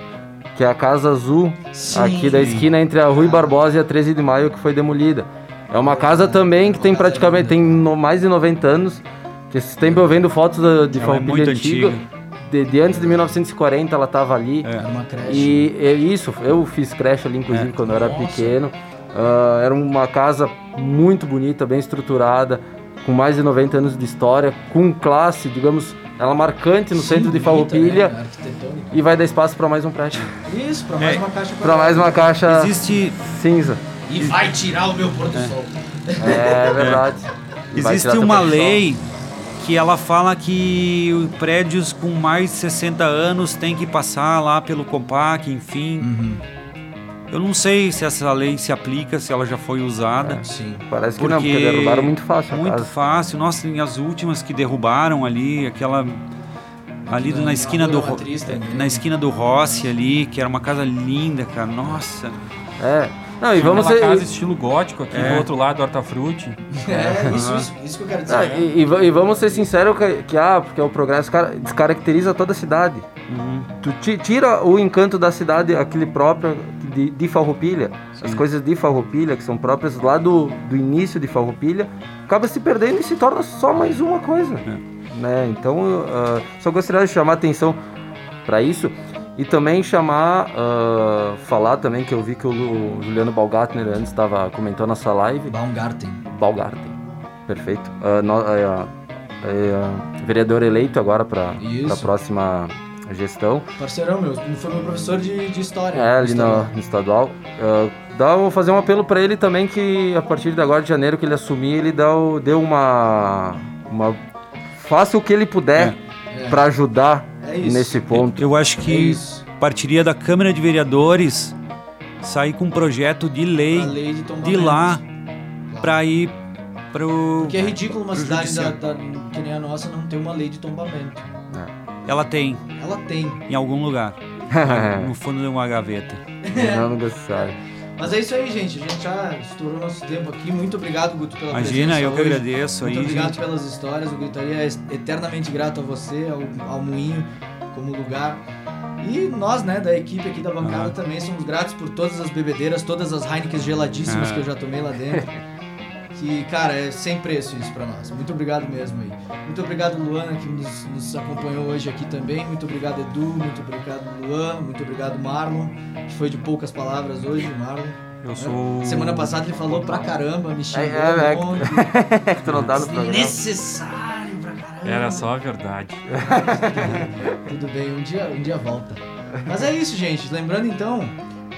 S2: que é a Casa Azul,
S1: Sim.
S2: aqui da esquina entre a Rui Barbosa e a 13 de Maio, que foi demolida. É uma casa também que tem praticamente tem no- mais de 90 anos, que esse tempo eu vendo fotos da- de
S6: Ela é
S2: família
S6: muito
S2: antiga.
S6: antiga. É.
S2: De, de antes de 1940 ela estava ali.
S1: Era uma creche.
S2: E é isso, eu fiz creche ali, inclusive, quando eu era pequeno. Ah, era uma casa muito bonita, bem estruturada, com mais de 90 anos de história, com classe, digamos, ela marcante no
S1: Sim,
S2: centro de
S1: bonita,
S2: Farroupilha.
S1: né? Arquitetônica.
S2: E vai dar espaço para mais um prédio,
S1: Isso, pra mais
S6: É,
S1: uma caixa
S2: para mais uma caixa
S6: Existe
S2: cinza.
S1: E vai tirar o meu pôr do sol.
S2: É verdade. E vai tirar
S6: Existe
S2: teu
S6: uma
S2: pé do sol.
S6: lei que ela fala que o- prédios com mais de 60 anos têm que passar lá pelo Compac, enfim.
S2: Uhum.
S6: Eu não sei se essa lei se aplica, se ela já foi usada.
S1: Sim.
S2: Parece É. que não, porque derrubaram muito fácil a
S6: Muito
S2: casa.
S6: fácil. Nossa, tem as últimas que derrubaram ali, aquela ali na, esquina do Ro-
S1: Matriz também.
S6: na esquina do Rossi ali, que era uma casa linda, cara. Nossa.
S2: É. Não, e
S3: Tinha
S2: vamos
S3: uma
S2: ser. É.
S3: casa estilo gótico aqui do outro lado, hortafruti.
S1: É, isso, isso, isso que eu quero dizer. né?
S2: Ah, e, e va- e vamos ser sinceros que, que, ah, porque o progresso cara- descaracteriza toda a cidade.
S6: Uhum.
S2: Tu ti- tira o encanto da cidade, aquele próprio de, de Farroupilha, as coisas de Farroupilha, que são próprias lá do, do início de Farroupilha, acaba se perdendo e se torna só mais uma coisa. Né? Então, ah, só gostaria de chamar a atenção para isso e também chamar, ah, falar também que eu vi que o Lu- Juliano Balgartner antes estava comentando essa live,
S1: Baumgarten.
S2: Balgarten. Perfeito. Ah, no- ah, ah, vereador eleito agora para
S1: Isso.
S2: a próxima gestão.
S1: Parceirão meu, foi meu professor de, de história.
S2: É, ali no, no estadual. Ah, dá, vou fazer um apelo para ele também que a partir de agora de janeiro que ele assumir, ele dá, o- dê uma, uma. Faça o que ele puder
S1: É.
S2: para ajudar
S1: É isso.
S2: nesse ponto.
S6: Eu acho
S1: É
S6: que
S1: isso.
S6: partiria da Câmara de Vereadores sair com um projeto de lei,
S1: A lei de tomar
S6: de lá pra ir pro.
S1: Porque é ridículo uma
S6: pro
S1: cidade da,
S6: judiciário.
S1: da- que nem a nossa não ter uma lei de tombamento.
S6: Ela tem,
S1: Ela tem.
S6: em algum lugar. no fundo de uma gaveta.
S2: Não, não gostaram.
S1: Mas é isso aí, gente. A gente já estourou nosso tempo aqui. Muito obrigado, Guto, pela
S6: Imagina,
S1: presença
S6: eu que
S1: hoje.
S6: agradeço
S1: Muito
S6: aí,
S1: obrigado
S6: gente.
S1: pelas histórias. O Gritaria é eternamente grato a você, ao, ao Moinho, como lugar. E nós, né, da equipe aqui da bancada
S6: Ah.
S1: também somos gratos por todas as bebedeiras, todas as Heineken geladíssimas
S6: Ah.
S1: que eu já tomei lá dentro. Que, cara, é sem preço isso pra nós. Muito obrigado mesmo aí. Muito obrigado, Luana, que nos, nos acompanhou hoje aqui também. Muito obrigado, Edu. Muito obrigado, Luan. Muito obrigado, Marlon, que foi de poucas palavras hoje, Marlon.
S6: Eu sou.
S1: Semana passada ele falou pra caramba, me xingou
S2: É, é,
S1: um
S2: é.
S1: monte.
S2: É que tu não tá no programa.
S1: Necessário pra caramba.
S3: Era só a verdade.
S1: Tudo bem, um dia, um dia volta. Mas é isso, gente. Lembrando então,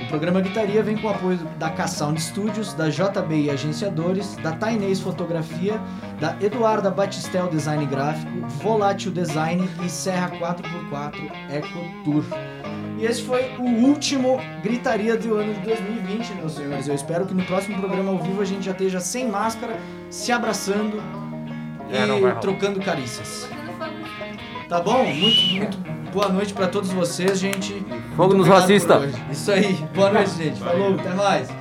S1: o programa Guitaria vem com o apoio da K-Sound Studios, da JBI Agenciadores, da Tainês Fotografia, da Eduarda Batistel Design Gráfico, Volátil Design e Serra 4x4 Eco Tour. E esse foi o último Gritaria do ano de 2020, meus senhores. Eu espero que no próximo programa ao vivo a gente já esteja sem máscara, se abraçando
S4: É, não vai
S1: e
S4: rolar.
S1: trocando carícias. Tá bom? Muito, muito boa noite pra todos vocês, gente. Muito
S2: nos
S1: obrigado
S2: racista.
S1: por hoje. Isso aí. Boa noite, gente. Falou, até mais.